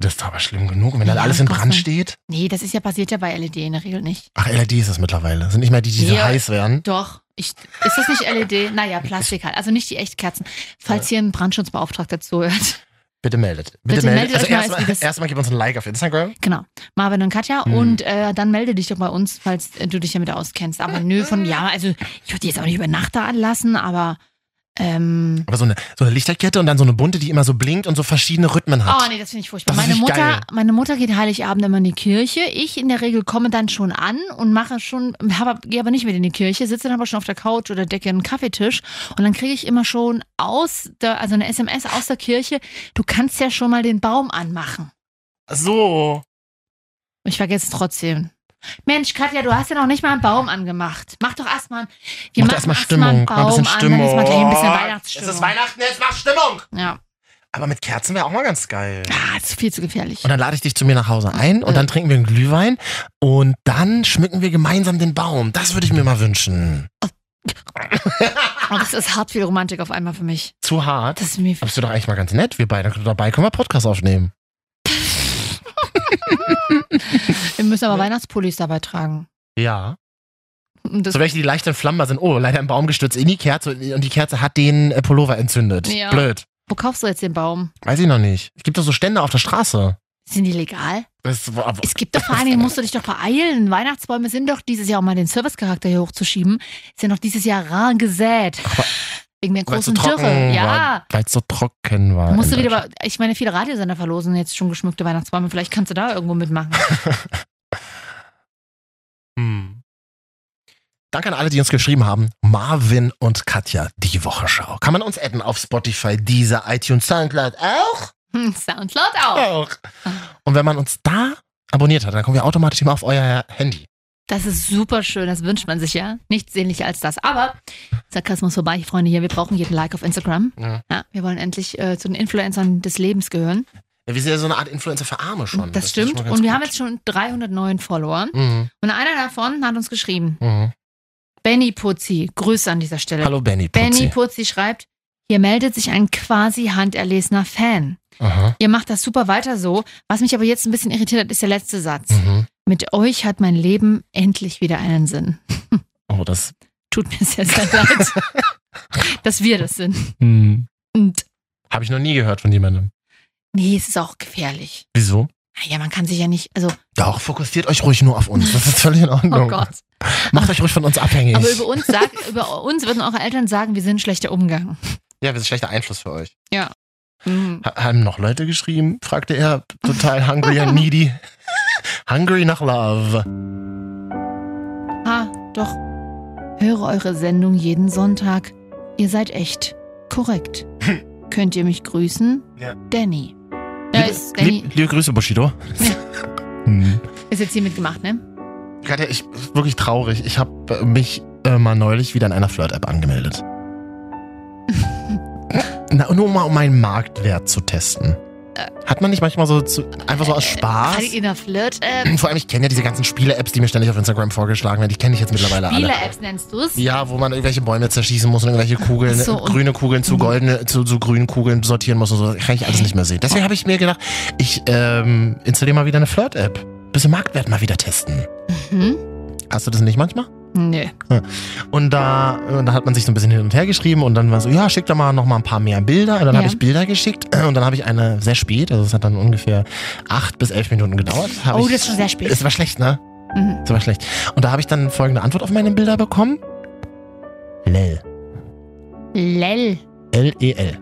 Speaker 1: Das ist aber schlimm genug. Und wenn dann
Speaker 2: Ja,
Speaker 1: alles in
Speaker 2: Gott sei
Speaker 1: Brand
Speaker 2: Dank.
Speaker 1: steht.
Speaker 2: Nee, das ist ja passiert ja bei LED in der Regel nicht.
Speaker 1: Ach, LED ist es mittlerweile. Das sind nicht mehr die, die so
Speaker 2: Ja.
Speaker 1: heiß werden.
Speaker 2: Doch. Ich, ist das nicht E LED? Naja, Plastik halt. Also nicht die Echtkerzen. Falls hier ein Brandschutzbeauftragter zuhört.
Speaker 1: Bitte meldet. Bitte,
Speaker 2: Bitte
Speaker 1: meldet.
Speaker 2: meldet
Speaker 1: Also
Speaker 2: euch mal, wie
Speaker 1: erstmal
Speaker 2: das-
Speaker 1: erstmal gib uns ein Like auf Instagram.
Speaker 2: Genau. Marvin und Katja.
Speaker 1: Hm.
Speaker 2: Und äh, dann melde dich doch bei uns, falls äh, du dich damit auskennst. Aber nö, von ja, also ich würde die jetzt auch nicht über Nacht da anlassen, aber ähm,
Speaker 1: Aber so eine, so eine Lichterkette und dann so eine bunte, die immer so blinkt und so verschiedene Rhythmen hat.
Speaker 2: Oh nee, das finde ich furchtbar.
Speaker 1: Das ist
Speaker 2: Meine
Speaker 1: nicht
Speaker 2: Mutter,
Speaker 1: geil.
Speaker 2: meine Mutter geht Heiligabend immer in die Kirche. Ich in der Regel komme dann schon an und mache schon, habe- gehe aber nicht mit in die Kirche, sitze dann aber schon auf der Couch oder decke einen Kaffeetisch und dann kriege ich immer schon aus der, also eine SMS aus der Kirche, du kannst ja schon mal den Baum anmachen.
Speaker 1: So.
Speaker 2: Ich vergesse es trotzdem. Mensch, Katja, du hast ja noch nicht mal einen Baum angemacht. Mach doch erstmal, wir
Speaker 1: Macht erstmal
Speaker 2: machen erstmal
Speaker 1: Stimmung.
Speaker 2: einen
Speaker 1: Mach ein
Speaker 2: Baum
Speaker 1: bisschen
Speaker 2: an, dann ist
Speaker 1: Stimmung.
Speaker 2: mal gleich ein
Speaker 1: Es
Speaker 2: bisschen
Speaker 1: ist
Speaker 2: Weihnachtsstimmung.
Speaker 1: Weihnachten, jetzt macht Stimmung.
Speaker 2: Ja,
Speaker 1: Aber mit Kerzen wäre auch mal ganz geil.
Speaker 2: ah, ist viel zu gefährlich.
Speaker 1: Und dann lade ich dich zu mir nach Hause ein und dann trinken wir einen Glühwein und dann schmücken wir gemeinsam den Baum. Das würde ich mir mal wünschen.
Speaker 2: Und Oh, das ist hart viel Romantik auf einmal für mich.
Speaker 1: Zu hart.
Speaker 2: Das ist mir
Speaker 1: Aber bist du doch eigentlich mal ganz nett, wir beide. Dabei können wir Podcast aufnehmen.
Speaker 2: Wir müssen aber Weihnachtspullis dabei tragen.
Speaker 1: Ja.
Speaker 2: Und das
Speaker 1: So welche, die leicht entflammbar sind. Oh, leider im Baum gestürzt in die Kerze und die Kerze hat den äh, Pullover entzündet.
Speaker 2: Ja.
Speaker 1: Blöd.
Speaker 2: wo kaufst du jetzt den Baum?
Speaker 1: Weiß ich noch nicht. Es gibt doch so Stände auf der Straße.
Speaker 2: Sind die legal?
Speaker 1: Das, ist-
Speaker 2: Es gibt doch vor allen Dingen, musst du dich doch beeilen. Weihnachtsbäume sind doch dieses Jahr, um mal den Servicecharakter hier hochzuschieben, ist ja noch dieses Jahr rar gesät. Wegen der
Speaker 1: weil es so
Speaker 2: großen
Speaker 1: trocken Ah,
Speaker 2: Dürre.
Speaker 1: war.
Speaker 2: Ja.
Speaker 1: Weil es so trocken war.
Speaker 2: Da Musst du
Speaker 1: in
Speaker 2: wieder, bei- ich meine, viele Radiosender verlosen jetzt schon geschmückte Weihnachtsbäume. Vielleicht kannst du da irgendwo mitmachen.
Speaker 1: Hm. Danke an alle, die uns geschrieben haben. Marvin und Katja, die Wochenschau. Kann man uns adden auf Spotify, Deezer, iTunes, Soundcloud auch?
Speaker 2: Hm, Soundcloud auch.
Speaker 1: Auch.
Speaker 2: Ah.
Speaker 1: Und wenn man uns da abonniert hat, dann kommen wir automatisch immer auf euer Handy.
Speaker 2: Das ist super schön. Das wünscht man sich ja. Nichts sehnlicher als das. Aber Sarkasmus vorbei, Freunde hier. Wir brauchen jeden Like auf Instagram.
Speaker 1: Ja.
Speaker 2: Ja, wir wollen endlich äh, zu den Influencern des Lebens gehören.
Speaker 1: Ja, wir sind ja so eine Art Influencer für Arme schon.
Speaker 2: das
Speaker 1: ist
Speaker 2: stimmt.
Speaker 1: schon mal ganz
Speaker 2: Und wir
Speaker 1: gut.
Speaker 2: haben jetzt schon 309 Follower.
Speaker 1: Mhm.
Speaker 2: Und einer davon hat uns geschrieben,
Speaker 1: Mhm.
Speaker 2: Benny Putzi, Grüße an dieser Stelle.
Speaker 1: Hallo Benny
Speaker 2: Benny
Speaker 1: Putzi.
Speaker 2: Putzi schreibt, hier meldet sich ein quasi handerlesener Fan.
Speaker 1: Aha.
Speaker 2: Ihr macht das super weiter so. Was mich aber jetzt ein bisschen irritiert hat, ist der letzte Satz.
Speaker 1: Mhm.
Speaker 2: Mit euch hat mein Leben endlich wieder einen Sinn.
Speaker 1: Oh, das.
Speaker 2: Tut mir sehr, sehr leid, dass wir das sind.
Speaker 1: Hm.
Speaker 2: Und
Speaker 1: Habe ich noch nie gehört von jemandem.
Speaker 2: nee, es ist auch gefährlich.
Speaker 1: Wieso?
Speaker 2: Naja, man kann sich ja nicht, also,
Speaker 1: Doch, fokussiert euch ruhig nur auf uns. Das ist völlig in Ordnung.
Speaker 2: oh Gott.
Speaker 1: Macht euch ruhig von uns abhängig.
Speaker 2: Aber über uns, sagen, über uns würden eure Eltern sagen, wir sind schlechter Umgang.
Speaker 1: ja, wir sind schlechter Einfluss für euch.
Speaker 2: Hm.
Speaker 1: Ha- Haben noch Leute geschrieben? fragte er. Total hungry and needy. hungry nach Love.
Speaker 2: Ha, Ah, doch. Höre eure Sendung jeden Sonntag. Ihr seid echt. Korrekt. Könnt ihr mich grüßen?
Speaker 1: Ja.
Speaker 2: Danny. Ja, ist, Danny
Speaker 1: liebe Grüße, Bushido.
Speaker 2: Ja.
Speaker 1: Hm.
Speaker 2: ist jetzt hier mitgemacht, ne?
Speaker 1: Katja, ich ist wirklich traurig. Ich habe äh, mich äh, mal neulich wieder in einer Flirt-App angemeldet. Na, nur mal, um meinen Marktwert zu testen.
Speaker 2: Äh.
Speaker 1: Hat man nicht manchmal so zu, einfach so aus Spaß?
Speaker 2: Hattet Äh, ihr da Flirt? Äh,
Speaker 1: Vor allem, ich kenne ja diese ganzen Spiele-Apps, die mir ständig auf Instagram vorgeschlagen werden. Die kenne ich jetzt mittlerweile alle.
Speaker 2: Spiele-Apps nennst du es?
Speaker 1: Ja, wo man irgendwelche Bäume zerschießen muss und irgendwelche Kugeln,
Speaker 2: So, und- Mhm.
Speaker 1: grüne Kugeln zu goldene, zu, zu grünen Kugeln sortieren muss und so. Kann ich alles nicht mehr sehen. Deswegen habe ich mir gedacht, ich ähm, installiere mal wieder eine Flirt-App. Bisschen Marktwert mal wieder testen.
Speaker 2: Hm?
Speaker 1: Hast du das nicht manchmal?
Speaker 2: Nö.
Speaker 1: Und da, und da hat man sich so ein bisschen hin und her geschrieben und dann war so, ja, schick doch mal noch mal ein paar mehr Bilder. Und dann
Speaker 2: Ja.
Speaker 1: habe ich Bilder geschickt äh, und dann habe ich eine sehr spät, also es hat dann ungefähr acht bis elf Minuten gedauert. hab
Speaker 2: Oh,
Speaker 1: ich,
Speaker 2: das ist schon sehr spät.
Speaker 1: Es war schlecht, ne?
Speaker 2: Mhm.
Speaker 1: Es war schlecht. Und da habe ich dann folgende Antwort auf meine Bilder bekommen. Lel.
Speaker 2: Lell.
Speaker 1: L-E-L.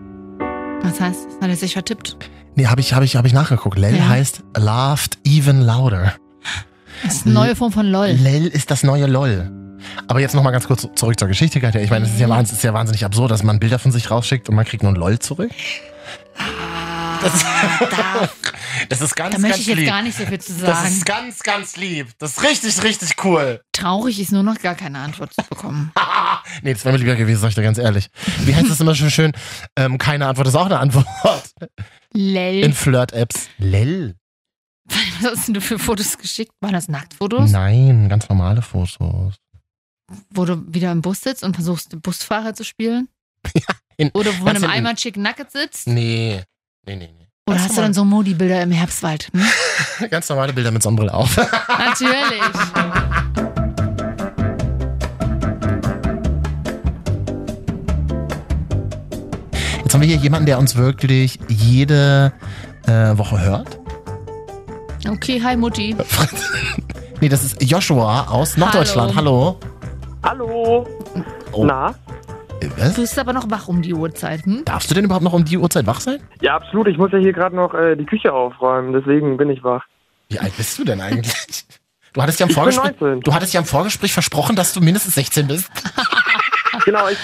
Speaker 2: Was heißt das? Hat er sich vertippt?
Speaker 1: Nee, habe ich, hab ich, hab ich nachgeguckt. Lel
Speaker 2: Ja.
Speaker 1: heißt Laughed Even Louder.
Speaker 2: Das ist eine neue Form von LOL.
Speaker 1: Lel ist das neue LOL. Aber jetzt nochmal ganz kurz zurück zur Geschichte, Katja. Ich meine, es ist,
Speaker 2: Mhm.
Speaker 1: ja wahns- es ist ja wahnsinnig absurd, dass man Bilder von sich rausschickt und man kriegt nur ein LOL zurück.
Speaker 2: Ah,
Speaker 1: Das-
Speaker 2: da,
Speaker 1: Das ist ganz,
Speaker 2: da möchte
Speaker 1: ganz
Speaker 2: ich jetzt
Speaker 1: lieb.
Speaker 2: gar nicht so viel zu
Speaker 1: das
Speaker 2: sagen.
Speaker 1: ist ganz, ganz lieb. Das ist richtig, richtig cool.
Speaker 2: Traurig ist nur noch gar keine Antwort zu bekommen.
Speaker 1: nee, das wäre mir lieber gewesen, sag ich dir ganz ehrlich. Wie heißt das immer schon schön? Ähm, keine Antwort ist auch eine Antwort. In
Speaker 2: Lell.
Speaker 1: Flirt-Apps. Lell?
Speaker 2: Was hast denn du für Fotos geschickt? Waren das Nacktfotos?
Speaker 1: Nein, ganz normale Fotos.
Speaker 2: wo du wieder im Bus sitzt und versuchst, Busfahrer zu spielen?
Speaker 1: in-
Speaker 2: Oder wo man
Speaker 1: ganz
Speaker 2: im
Speaker 1: hinten.
Speaker 2: Eimer Chicken Nuggets sitzt?
Speaker 1: Nee. Nee, nee, nee.
Speaker 2: Oder
Speaker 1: Ganz
Speaker 2: hast du dann so Modi-Bilder im Herbstwald? Hm?
Speaker 1: normal- Ganz normale Bilder mit Sonnenbrille auf.
Speaker 2: Natürlich.
Speaker 1: Jetzt haben wir hier jemanden, der uns wirklich jede äh, Woche hört.
Speaker 2: Okay, hi Mutti.
Speaker 1: nee, das ist Joshua aus Norddeutschland. Hallo.
Speaker 3: Hallo.
Speaker 1: Oh.
Speaker 3: Na?
Speaker 1: Äh, Was?
Speaker 2: Du bist aber noch wach um die Uhrzeit, hm?
Speaker 1: Darfst du denn überhaupt noch um die Uhrzeit wach sein?
Speaker 3: Ja, absolut. Ich muss ja hier gerade noch äh, die Küche aufräumen, deswegen bin ich wach.
Speaker 1: Wie alt bist du denn eigentlich? Du hattest ja im
Speaker 3: Ich bin
Speaker 1: Vorgespräch,
Speaker 3: 19.
Speaker 1: du hattest ja im Vorgespräch versprochen, dass du mindestens 16 bist.
Speaker 3: Genau, ich.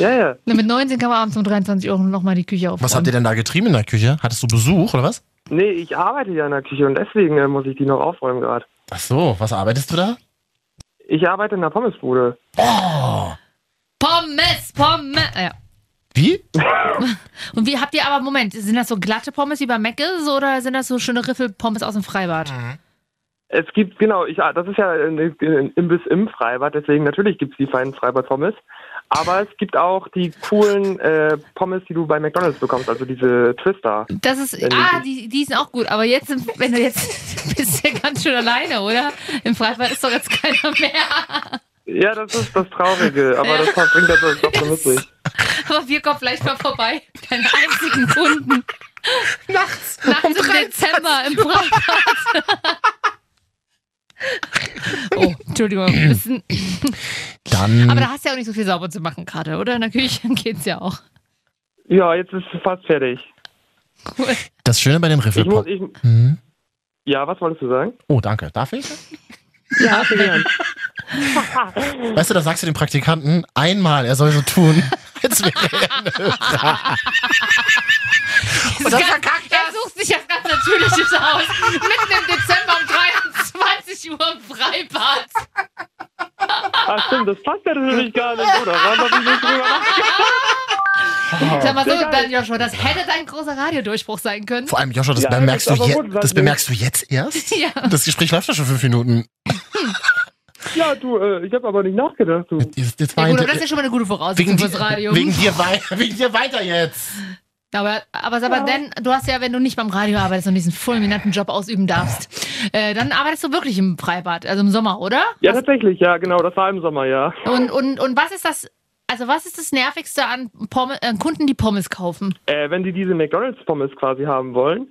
Speaker 3: ja, ja.
Speaker 2: Na, mit 19 kann man abends um 23 Uhr nochmal die Küche aufräumen.
Speaker 1: Was habt ihr denn da getrieben in der Küche? Hattest du Besuch oder was?
Speaker 3: Nee, ich arbeite ja in der Küche und deswegen äh, muss ich die noch aufräumen gerade.
Speaker 1: Ach so, was arbeitest du da?
Speaker 3: Ich arbeite in der Pommesbude.
Speaker 2: Pommes, Pommes. Ah, Ja.
Speaker 1: Wie?
Speaker 2: Und wie habt ihr aber, Moment, sind das so glatte Pommes wie bei Mc's oder sind das so schöne Riffel-Pommes aus dem Freibad?
Speaker 1: Hm.
Speaker 3: Es gibt, genau, ich, ah, das ist ja ein, ein Imbiss im Freibad, deswegen natürlich gibt es die feinen Freibad-Pommes. Aber es gibt auch die coolen äh, Pommes, die du bei McDonalds bekommst, also diese Twister.
Speaker 2: Das ist,
Speaker 3: Wenn die-
Speaker 2: ah, die, die sind auch gut, aber jetzt, im- wenn du jetzt, bist du ja ganz schön alleine, oder? Im Freibad ist doch jetzt keiner mehr.
Speaker 3: Ja, das ist das Traurige, aber das bringt das doch so mit sich.
Speaker 2: Aber wir kommen vielleicht mal vorbei. Deine einzigen Kunden.
Speaker 1: Nachts. um
Speaker 2: Nachts im Dezember im Freibad. Oh, Entschuldigung. ein bisschen-
Speaker 1: Dann.
Speaker 2: Aber da hast du ja auch nicht so viel sauber zu machen gerade, oder? In der Küche geht's ja auch.
Speaker 3: Ja, jetzt ist es fast fertig.
Speaker 1: das Schöne bei den
Speaker 3: Ich muss,
Speaker 1: Riffelpop.
Speaker 3: ich,
Speaker 1: Hm.
Speaker 3: ja, was wolltest du sagen?
Speaker 1: Oh, danke. Darf ich?
Speaker 3: Ja, gern.
Speaker 1: Weißt du, da sagst du dem Praktikanten einmal, er soll so tun, als wäre er ein Hörer.
Speaker 2: Das ganz, er sucht sich das ganz Natürliches aus. Mitten im Dezember um 23 Uhr im Freibad.
Speaker 3: Ach stimmt, das passt ja natürlich gar nicht, oder? Warum hab ich nicht drüber nachgedacht?
Speaker 1: Oh,
Speaker 2: Sag mal so, dann, Joshua, das hätte dein großer Radiodurchbruch sein können.
Speaker 1: Vor allem, Joshua, das,
Speaker 6: Ja, das
Speaker 1: bemerkst,
Speaker 6: ist
Speaker 1: du
Speaker 6: aber
Speaker 1: je
Speaker 6: gut, was
Speaker 1: das
Speaker 6: nicht.
Speaker 1: bemerkst du jetzt erst?
Speaker 2: Ja.
Speaker 1: Das Gespräch läuft ja schon fünf Minuten.
Speaker 3: Ja, du, äh, ich habe aber nicht nachgedacht. Du.
Speaker 1: Jetzt, jetzt war
Speaker 2: Ja, gut, aber
Speaker 1: hinter-
Speaker 2: das ist ja schon mal eine gute
Speaker 1: wegen,
Speaker 2: Voraussetzung
Speaker 1: dir,
Speaker 2: fürs Radio.
Speaker 1: wegen, dir wei wegen dir weiter jetzt.
Speaker 2: Aber, aber sag mal, denn du hast ja, wenn du nicht beim Radio arbeitest und diesen fulminanten Job ausüben darfst, äh, dann arbeitest du wirklich im Freibad, also im Sommer, oder?
Speaker 3: Ja, tatsächlich, ja, genau, das war im Sommer, ja.
Speaker 2: Und, und, und was ist das, also was ist das Nervigste an Pommes, an Kunden, die Pommes kaufen?
Speaker 3: Äh, wenn die diese McDonalds-Pommes quasi haben wollen.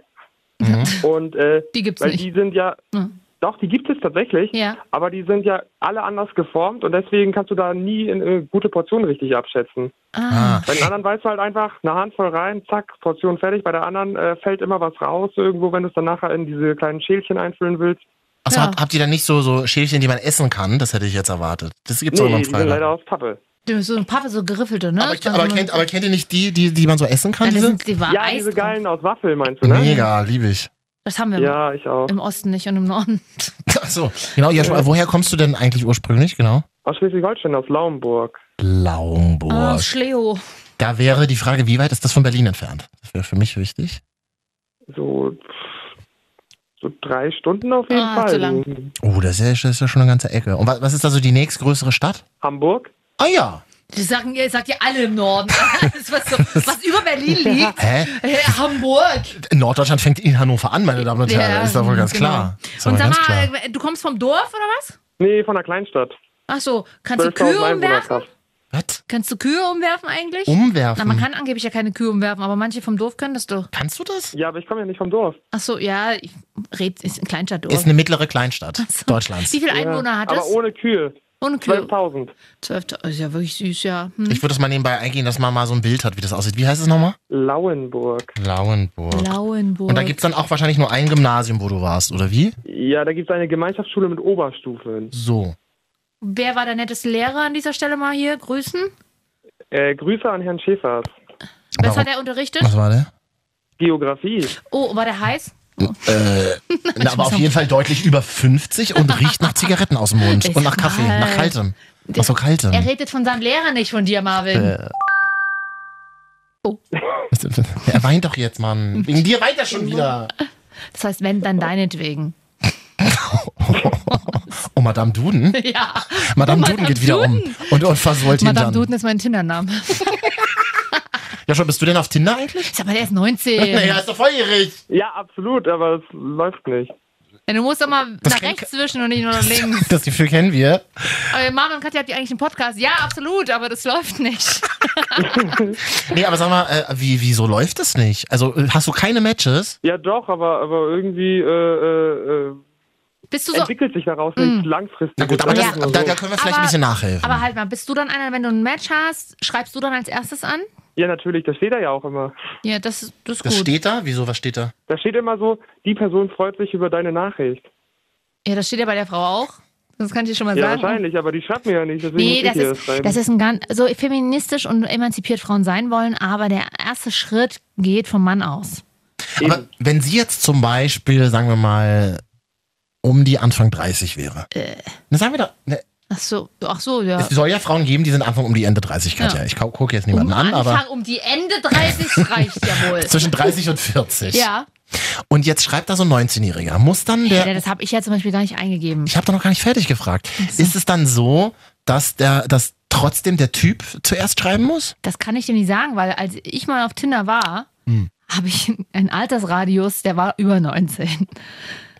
Speaker 3: Und äh,
Speaker 2: Die gibt's
Speaker 3: weil
Speaker 2: nicht.
Speaker 3: die sind ja.
Speaker 2: Hm.
Speaker 3: Doch, die gibt es tatsächlich,
Speaker 2: Ja.
Speaker 3: aber die sind ja alle anders geformt und deswegen kannst du da nie eine gute Portion richtig abschätzen.
Speaker 2: Ah.
Speaker 3: Bei den anderen weißt du halt einfach eine Handvoll rein, zack, Portion fertig. Bei der anderen äh, fällt immer was raus irgendwo, wenn du es dann nachher in diese kleinen Schälchen einfüllen willst.
Speaker 1: Achso,
Speaker 2: Ja.
Speaker 1: habt, habt ihr dann nicht so, so Schälchen, die man essen kann? Das hätte ich jetzt erwartet. Das gibt's auch immer
Speaker 3: die
Speaker 1: im
Speaker 3: sind leider
Speaker 1: Freibad.
Speaker 3: aus Pappe.
Speaker 2: Du bist so ein Pappe, so geriffelte, ne?
Speaker 1: Aber, aber, kennt, aber kennt ihr nicht die, die, die man so essen kann?
Speaker 2: dann
Speaker 1: Diese?
Speaker 2: sind die war
Speaker 3: ja,
Speaker 2: Eis
Speaker 3: diese
Speaker 2: drauf.
Speaker 3: geilen aus Waffel meinst du, ne?
Speaker 1: Mega, liebe ich.
Speaker 2: Das haben wir
Speaker 3: Ja, ich auch.
Speaker 2: im Osten nicht und im Norden.
Speaker 1: Achso, genau. Joshua, woher kommst du denn eigentlich ursprünglich? Genau.
Speaker 3: Aus Schleswig-Holstein, aus Lauenburg.
Speaker 1: Lauenburg.
Speaker 2: Ah, Schleo.
Speaker 1: Da wäre die Frage, wie weit ist das von Berlin entfernt? Das wäre für mich wichtig.
Speaker 3: So, pff, so drei Stunden auf jeden
Speaker 2: Ah,
Speaker 3: Fall.
Speaker 2: zu lang.
Speaker 3: Mhm.
Speaker 1: Oh, das ist, ja- das ist ja schon eine ganze Ecke. Und was, was ist da so die nächstgrößere Stadt?
Speaker 3: Hamburg?
Speaker 1: Ah ja.
Speaker 2: Das sagen, ihr sagt ihr alle im Norden. Alles, was, so, was über Berlin liegt.
Speaker 1: Hä?
Speaker 2: Äh, Hamburg.
Speaker 1: In Norddeutschland fängt in Hannover an, meine Damen und Herren.
Speaker 2: Ja,
Speaker 1: ist doch wohl ganz
Speaker 2: genau.
Speaker 1: klar. Ist doch wohl
Speaker 2: Und sag
Speaker 1: ganz
Speaker 2: mal,
Speaker 1: klar.
Speaker 2: äh, du kommst vom Dorf oder was?
Speaker 3: Nee, von der Kleinstadt.
Speaker 2: Ach so, kannst du
Speaker 3: 12.000
Speaker 2: Kühe umwerfen?
Speaker 3: Einwohnerkraft.
Speaker 1: Was?
Speaker 2: Kannst du Kühe umwerfen eigentlich?
Speaker 1: Umwerfen.
Speaker 2: Na, man kann angeblich ja keine Kühe umwerfen, aber manche vom Dorf können das doch.
Speaker 1: Kannst du das?
Speaker 3: Ja, aber ich komme ja nicht vom Dorf.
Speaker 2: Ach so, ja, ich red, ist ein Kleinstadtdorf.
Speaker 1: Ist eine mittlere Kleinstadt Deutschlands.
Speaker 2: Wie viele Einwohner
Speaker 3: ja.
Speaker 2: hat
Speaker 3: aber
Speaker 2: es?
Speaker 3: ohne Kühe.
Speaker 2: Ohne Kühe.
Speaker 3: 12.000.
Speaker 2: 12. Ist ja wirklich süß, ja. Hm.
Speaker 1: Ich würde das mal nebenbei eingehen, dass man mal so ein Bild hat, wie das aussieht. Wie heißt es nochmal?
Speaker 3: Lauenburg.
Speaker 1: Lauenburg.
Speaker 2: Lauenburg.
Speaker 1: Und da gibt's dann auch wahrscheinlich nur ein Gymnasium, wo du warst, oder wie?
Speaker 3: Ja, da gibt es eine Gemeinschaftsschule mit Oberstufen.
Speaker 1: So.
Speaker 2: Wer war der netteste Lehrer an dieser Stelle mal hier? Grüßen.
Speaker 1: Genau.
Speaker 3: Äh, Grüße an Herrn Schäfers.
Speaker 2: Was
Speaker 1: Warum?
Speaker 2: hat er unterrichtet?
Speaker 1: Was war der?
Speaker 3: Geografie.
Speaker 2: Oh, war der heiß?
Speaker 1: Na, aber auf jeden Fall deutlich über 50 und riecht nach Zigaretten aus dem Mund.
Speaker 2: Ich
Speaker 1: Und nach
Speaker 2: sag
Speaker 1: Kaffee,
Speaker 2: mal.
Speaker 1: nach kaltem. Nach so kaltem.
Speaker 2: Er redet von seinem Lehrer nicht von dir, Marvin.
Speaker 1: Äh. Er weint doch jetzt, Mann. Wegen dir weint er schon wieder.
Speaker 2: Das heißt, wenn, dann deinetwegen.
Speaker 1: Oh, Madame Duden.
Speaker 2: Ja.
Speaker 1: Madame
Speaker 2: Oh,
Speaker 1: Duden
Speaker 2: Madame
Speaker 1: geht wieder um.
Speaker 2: Duden.
Speaker 1: Und, und versäult ihn
Speaker 2: Madame
Speaker 1: dann.
Speaker 2: Duden ist mein Tinder-Name.
Speaker 1: Ja, schon, bist du denn auf Tinder eigentlich?
Speaker 2: Sag mal, der ist 19.
Speaker 1: Naja, ist doch volljährig.
Speaker 3: Ja, absolut, aber es läuft nicht.
Speaker 2: Ja, Du musst doch mal nach
Speaker 1: klingt-
Speaker 2: rechts zwischen und nicht nur nach links.
Speaker 1: Das Gefühl kennen wir.
Speaker 2: Äh, Marvin und Katja, habt ihr eigentlich einen Podcast? Ja, absolut, aber das läuft nicht.
Speaker 1: Nee, aber sag mal, äh, wie, wieso läuft das nicht? Also, äh, hast du keine Matches?
Speaker 3: Ja, doch, aber, aber irgendwie äh, äh, äh,
Speaker 2: Bist du so. Mm.
Speaker 3: entwickelt sich daraus nichts langfristig. also,
Speaker 1: Na gut, aber das,
Speaker 2: Ja.
Speaker 1: da, da können wir vielleicht
Speaker 2: Aber-
Speaker 1: ein bisschen nachhelfen.
Speaker 2: Aber halt mal, bist du dann einer, wenn du ein Match hast, schreibst du dann als erstes an?
Speaker 3: ja, natürlich, das steht da ja auch immer.
Speaker 2: Ja, das, ist- das ist
Speaker 1: das
Speaker 2: gut.
Speaker 1: steht da? Wieso, was steht da?
Speaker 3: Da steht immer so, die Person freut sich über deine Nachricht.
Speaker 2: ja, das steht ja bei der Frau auch. Das kann ich dir schon mal
Speaker 3: Ja,
Speaker 2: sagen.
Speaker 3: wahrscheinlich, aber die schreibt mir ja nicht, deswegen
Speaker 2: Nee,
Speaker 3: muss ich
Speaker 2: das
Speaker 3: dir das
Speaker 2: ist,
Speaker 3: schreiben.
Speaker 2: das ist ein ganz, so feministisch und emanzipiert Frauen sein wollen, aber der erste Schritt geht vom Mann aus.
Speaker 1: Aber wenn sie jetzt zum Beispiel, sagen wir mal, um die Anfang 30 wäre.
Speaker 2: Äh.
Speaker 1: Na, sagen wir doch, ne,
Speaker 2: Ach so, ach so, ja.
Speaker 1: es soll ja Frauen geben, die sind Anfang um die Ende 30, Katja.
Speaker 2: Ah. Ja.
Speaker 1: Ich gucke jetzt
Speaker 2: Um
Speaker 1: niemanden an,
Speaker 2: Anfang,
Speaker 1: aber
Speaker 2: um die Ende 30 reicht ja wohl.
Speaker 1: zwischen 30 und 40.
Speaker 2: Ja,
Speaker 1: Und jetzt schreibt da so ein 19-Jähriger. Muss dann
Speaker 2: ja.
Speaker 1: der.
Speaker 2: das habe ich ja zum Beispiel gar nicht eingegeben.
Speaker 1: Ich habe da noch gar nicht fertig gefragt. Ist es dann so, dass der, dass trotzdem der Typ zuerst schreiben muss?
Speaker 2: Das kann ich dir nicht sagen, weil als ich mal auf Tinder war,
Speaker 1: Hm.
Speaker 2: habe ich einen Altersradius, der war über 19.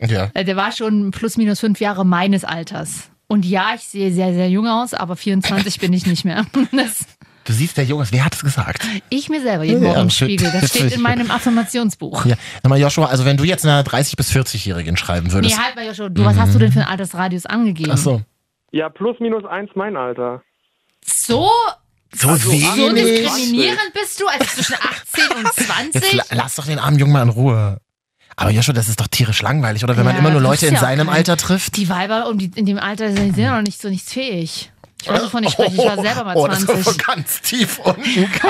Speaker 1: Ja.
Speaker 2: Äh, Der war schon plus minus fünf Jahre meines Alters. Und ja, ich sehe sehr, sehr jung aus, aber 24 bin ich nicht mehr. Das,
Speaker 1: Du siehst, der Jonas, wer hat es gesagt?
Speaker 2: ich mir selber jeden
Speaker 1: Ja,
Speaker 2: Morgen im
Speaker 1: schön.
Speaker 2: Spiegel. Das steht in meinem Affirmationsbuch.
Speaker 1: Ja. Sag mal, Joshua, also wenn du jetzt einer 30- bis 40-Jährigen schreiben
Speaker 2: Nee,
Speaker 1: würdest.
Speaker 2: halt mal, Joshua, du, was hast du denn für ein Altersradius angegeben?
Speaker 1: Mhm. Ach so.
Speaker 3: ja, plus minus eins mein Alter.
Speaker 2: So,
Speaker 1: So
Speaker 2: so
Speaker 1: wenig.
Speaker 2: diskriminierend bist du, also zwischen 18 und
Speaker 1: Jetzt
Speaker 2: 20?
Speaker 1: la lass doch den armen Jungen mal in Ruhe. Aber Joshua, das ist doch tierisch langweilig, oder? Wenn man
Speaker 2: Ja,
Speaker 1: immer nur
Speaker 2: das
Speaker 1: Leute
Speaker 2: ist
Speaker 1: in
Speaker 2: ja auch
Speaker 1: seinem
Speaker 2: kein-
Speaker 1: Alter trifft.
Speaker 2: Die Weiber um die, in dem Alter sind ja noch nicht so nichts fähig. Ich weiß, wovon ich spreche. Ich war selber mal
Speaker 1: oh, das ist
Speaker 2: 20.
Speaker 1: aber ganz tief unten.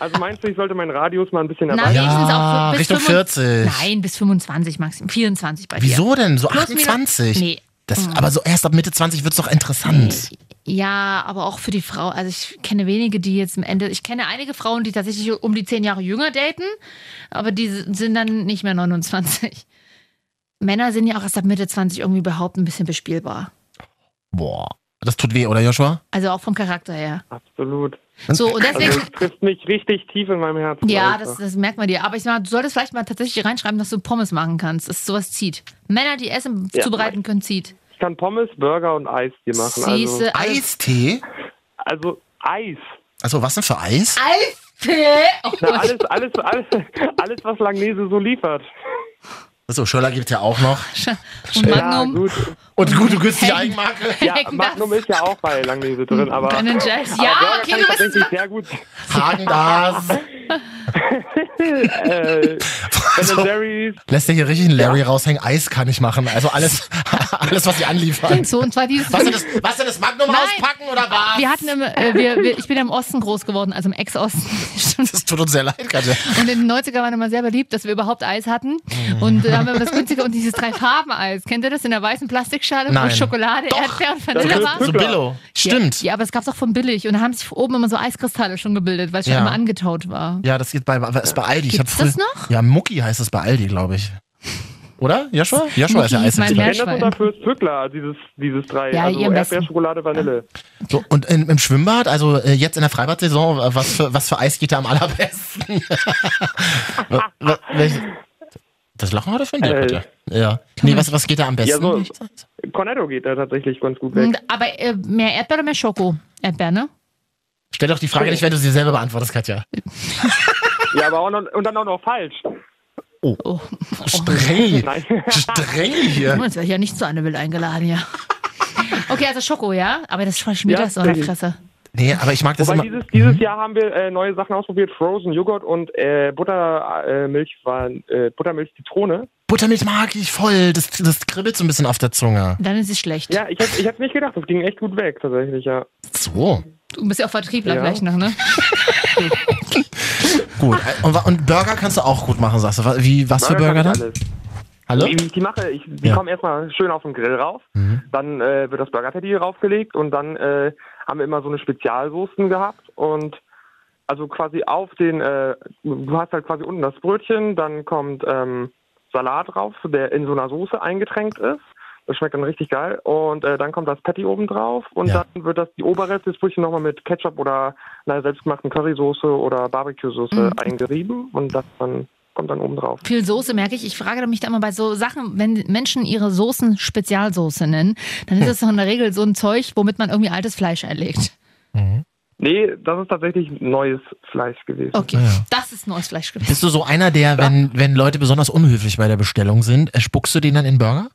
Speaker 3: Also meinst du, ich sollte meinen Radius mal ein bisschen
Speaker 2: Na,
Speaker 3: erweitern?
Speaker 1: Ja,
Speaker 2: wenigstens auch für, bis
Speaker 1: Richtung
Speaker 2: 45.
Speaker 1: 40.
Speaker 2: Nein, bis 25 maximal. 24 bei dir.
Speaker 1: Wieso denn? So
Speaker 2: Plus, minus-
Speaker 1: 28?
Speaker 2: Nee. Mhm.
Speaker 1: Das, aber so erst ab Mitte 20 wird's doch interessant.
Speaker 2: Nee. Ja, aber auch für die Frau. Also ich kenne wenige, die jetzt am Ende. Ich kenne einige Frauen, die tatsächlich um die zehn Jahre jünger daten, aber die sind dann nicht mehr 29. Männer sind ja auch erst ab Mitte 20 irgendwie überhaupt ein bisschen bespielbar.
Speaker 1: Boah. Das tut weh, oder Joshua?
Speaker 2: Also auch vom Charakter her.
Speaker 3: Absolut.
Speaker 2: So, und
Speaker 3: Also
Speaker 2: deswegen.
Speaker 3: es trifft mich richtig tief in meinem Herzen.
Speaker 2: Ja,
Speaker 3: einfach.
Speaker 2: das, das merkt man dir. Aber ich sag mal, du solltest vielleicht mal tatsächlich reinschreiben, dass du Pommes machen kannst. Dass sowas zieht. Männer, die Essen
Speaker 3: Ja.
Speaker 2: zubereiten können, zieht.
Speaker 3: Ich kann Pommes, Burger und Eis dir machen. Also,
Speaker 2: Siehste, also-
Speaker 1: Eistee?
Speaker 3: also Eis.
Speaker 1: Also was denn für Eis?
Speaker 2: Eistee! Oh,
Speaker 3: Na, alles, alles, alles, alles, was Langnese so liefert.
Speaker 1: Achso, Schöller gibt ja auch noch.
Speaker 2: und
Speaker 3: Ja,
Speaker 2: Oh, Magnum.
Speaker 3: gut.
Speaker 1: Und gute, günstige
Speaker 2: Hey.
Speaker 1: Eigenmarke.
Speaker 3: Ja,
Speaker 2: Hecken das.
Speaker 3: Magnum ist ja auch bei Langnese
Speaker 1: Hm.
Speaker 3: drin, aber.
Speaker 2: Ben
Speaker 3: aber
Speaker 2: Jerry's. Ja,
Speaker 3: Burger
Speaker 2: okay, du
Speaker 3: kann ich
Speaker 2: bist
Speaker 3: tatsächlich sehr gut.
Speaker 1: Hagen das.
Speaker 3: Äh, ben Jerry's,
Speaker 1: Lässt er hier richtig einen Larry raushängen? Eis kann ich machen. Also alles, alles was sie anliefern.
Speaker 2: So, und zwar dieses.
Speaker 1: Was denn das, was denn das Magnum
Speaker 2: Nein.
Speaker 1: auspacken oder was?
Speaker 2: Wir hatten im, äh, wir, wir, ich bin ja im Osten groß geworden, also im Ex-Osten. Stimmt.
Speaker 1: das tut uns sehr leid, Katja.
Speaker 2: Und in den 90er waren immer sehr beliebt, dass wir überhaupt Eis hatten. Und da haben wir immer das günstige und dieses Drei-Farben-Eis. Kennt ihr das? In der weißen Plastikschale,
Speaker 1: Nein.
Speaker 2: wo Schokolade,
Speaker 1: Doch.
Speaker 2: Erdbeer und
Speaker 3: Das
Speaker 2: Vanille
Speaker 3: ist
Speaker 2: war.
Speaker 1: So Billo. Stimmt.
Speaker 2: Ja, ja aber es gab es auch von billig. Und da haben sich oben immer so Eiskristalle schon gebildet, weil es schon
Speaker 1: Ja.
Speaker 2: immer angetaut war.
Speaker 1: Ja, das geht bei, was ist bei Aldi. Ich hab
Speaker 2: Gibt's das
Speaker 1: früher-
Speaker 2: noch?
Speaker 1: Ja, Mucki heißt es bei Aldi, glaube ich. Oder? Joshua? Joshua
Speaker 2: Mucki
Speaker 1: ist ja
Speaker 2: hieß mein
Speaker 1: Eisexperte.
Speaker 3: ich kenne das
Speaker 2: Schwein.
Speaker 3: unter Fürst Pückler, dieses, dieses drei.
Speaker 2: Ja,
Speaker 3: also
Speaker 2: ihr am besten.
Speaker 3: Erdbeer, Schokolade, Vanille.
Speaker 1: So, und in, im Schwimmbad, also äh, jetzt in der Freibadsaison, äh, was für, was für Eis geht da am allerbesten? Wa- wa- welches- das lachen wir da für ein
Speaker 3: Äh.
Speaker 1: Dirk, Ja. Nee, was, was geht da am besten?
Speaker 3: Ja, so- Cornetto geht da tatsächlich ganz gut weg.
Speaker 2: Und- Aber äh, mehr Erdbeer oder mehr Schoko? Erdbeer, ne?
Speaker 1: Stell doch die Frage nicht, wenn du sie selber beantwortest, Katja.
Speaker 3: Ja, aber auch noch, und dann auch noch falsch.
Speaker 2: Oh,
Speaker 1: Streng.
Speaker 3: Nein.
Speaker 1: Streng hier.
Speaker 2: jetzt wäre ich ja nicht zu Anne Will eingeladen, ja. Okay, also Schoko, ja? Aber das schmeckt mir
Speaker 3: Ja,
Speaker 2: das so in der
Speaker 3: richtig.
Speaker 2: Fresse.
Speaker 1: Nee, aber ich mag das immer.
Speaker 3: Wobei dieses, dieses Jahr haben wir äh, neue Sachen ausprobiert: Frozen Joghurt und äh, Buttermilch, äh, Milch waren, äh, Buttermilch Zitrone.
Speaker 1: Buttermilch mag ich voll. Das, das kribbelt so ein bisschen auf der Zunge.
Speaker 2: Dann ist es schlecht.
Speaker 3: Ja, ich hätte ich hätt nicht gedacht, das ging echt gut weg, tatsächlich, ja.
Speaker 1: So.
Speaker 2: Du bist ja auch Vertriebler
Speaker 3: Ja.
Speaker 2: gleich noch, ne?
Speaker 1: Gut.
Speaker 3: Ah.
Speaker 1: Äh, Und, wa- und Burger kannst du auch gut machen, sagst du. Wa- Wie, was für Burger
Speaker 3: kann ich
Speaker 1: dann?
Speaker 3: alles.
Speaker 1: Hallo?
Speaker 3: Wie wie ich die mache, ich, die
Speaker 1: Ja. Mhm.
Speaker 3: kommen erstmal schön auf den Grill rauf, dann äh, wird das Burger-Patty raufgelegt und dann äh, haben wir immer so eine Spezialsoßen gehabt und also quasi auf den, äh, du hast halt quasi unten das Brötchen, dann kommt ähm, Salat drauf, der in so einer Soße eingetränkt ist. Das schmeckt dann richtig geil. Und äh, dann kommt das Patty oben drauf und
Speaker 1: Ja.
Speaker 3: dann wird das die Oberreste des Brötchen nochmal mit Ketchup oder einer selbstgemachten Currysoße oder Barbecue-Soße
Speaker 1: Mhm.
Speaker 3: eingerieben und das dann kommt dann oben drauf.
Speaker 2: Viel Soße merke ich. Ich frage mich da immer bei so Sachen, wenn Menschen ihre Soßen Spezialsoße nennen, dann
Speaker 1: Hm.
Speaker 2: ist das doch in der Regel so ein Zeug, womit man irgendwie altes Fleisch erlegt.
Speaker 1: Mhm.
Speaker 3: Nee, das ist tatsächlich neues Fleisch gewesen.
Speaker 2: Okay,
Speaker 1: Ah, Ja.
Speaker 2: das ist neues Fleisch gewesen.
Speaker 1: Bist du so einer, der, wenn, wenn Leute besonders unhöflich bei der Bestellung sind, äh, spuckst du denen dann in den Burger?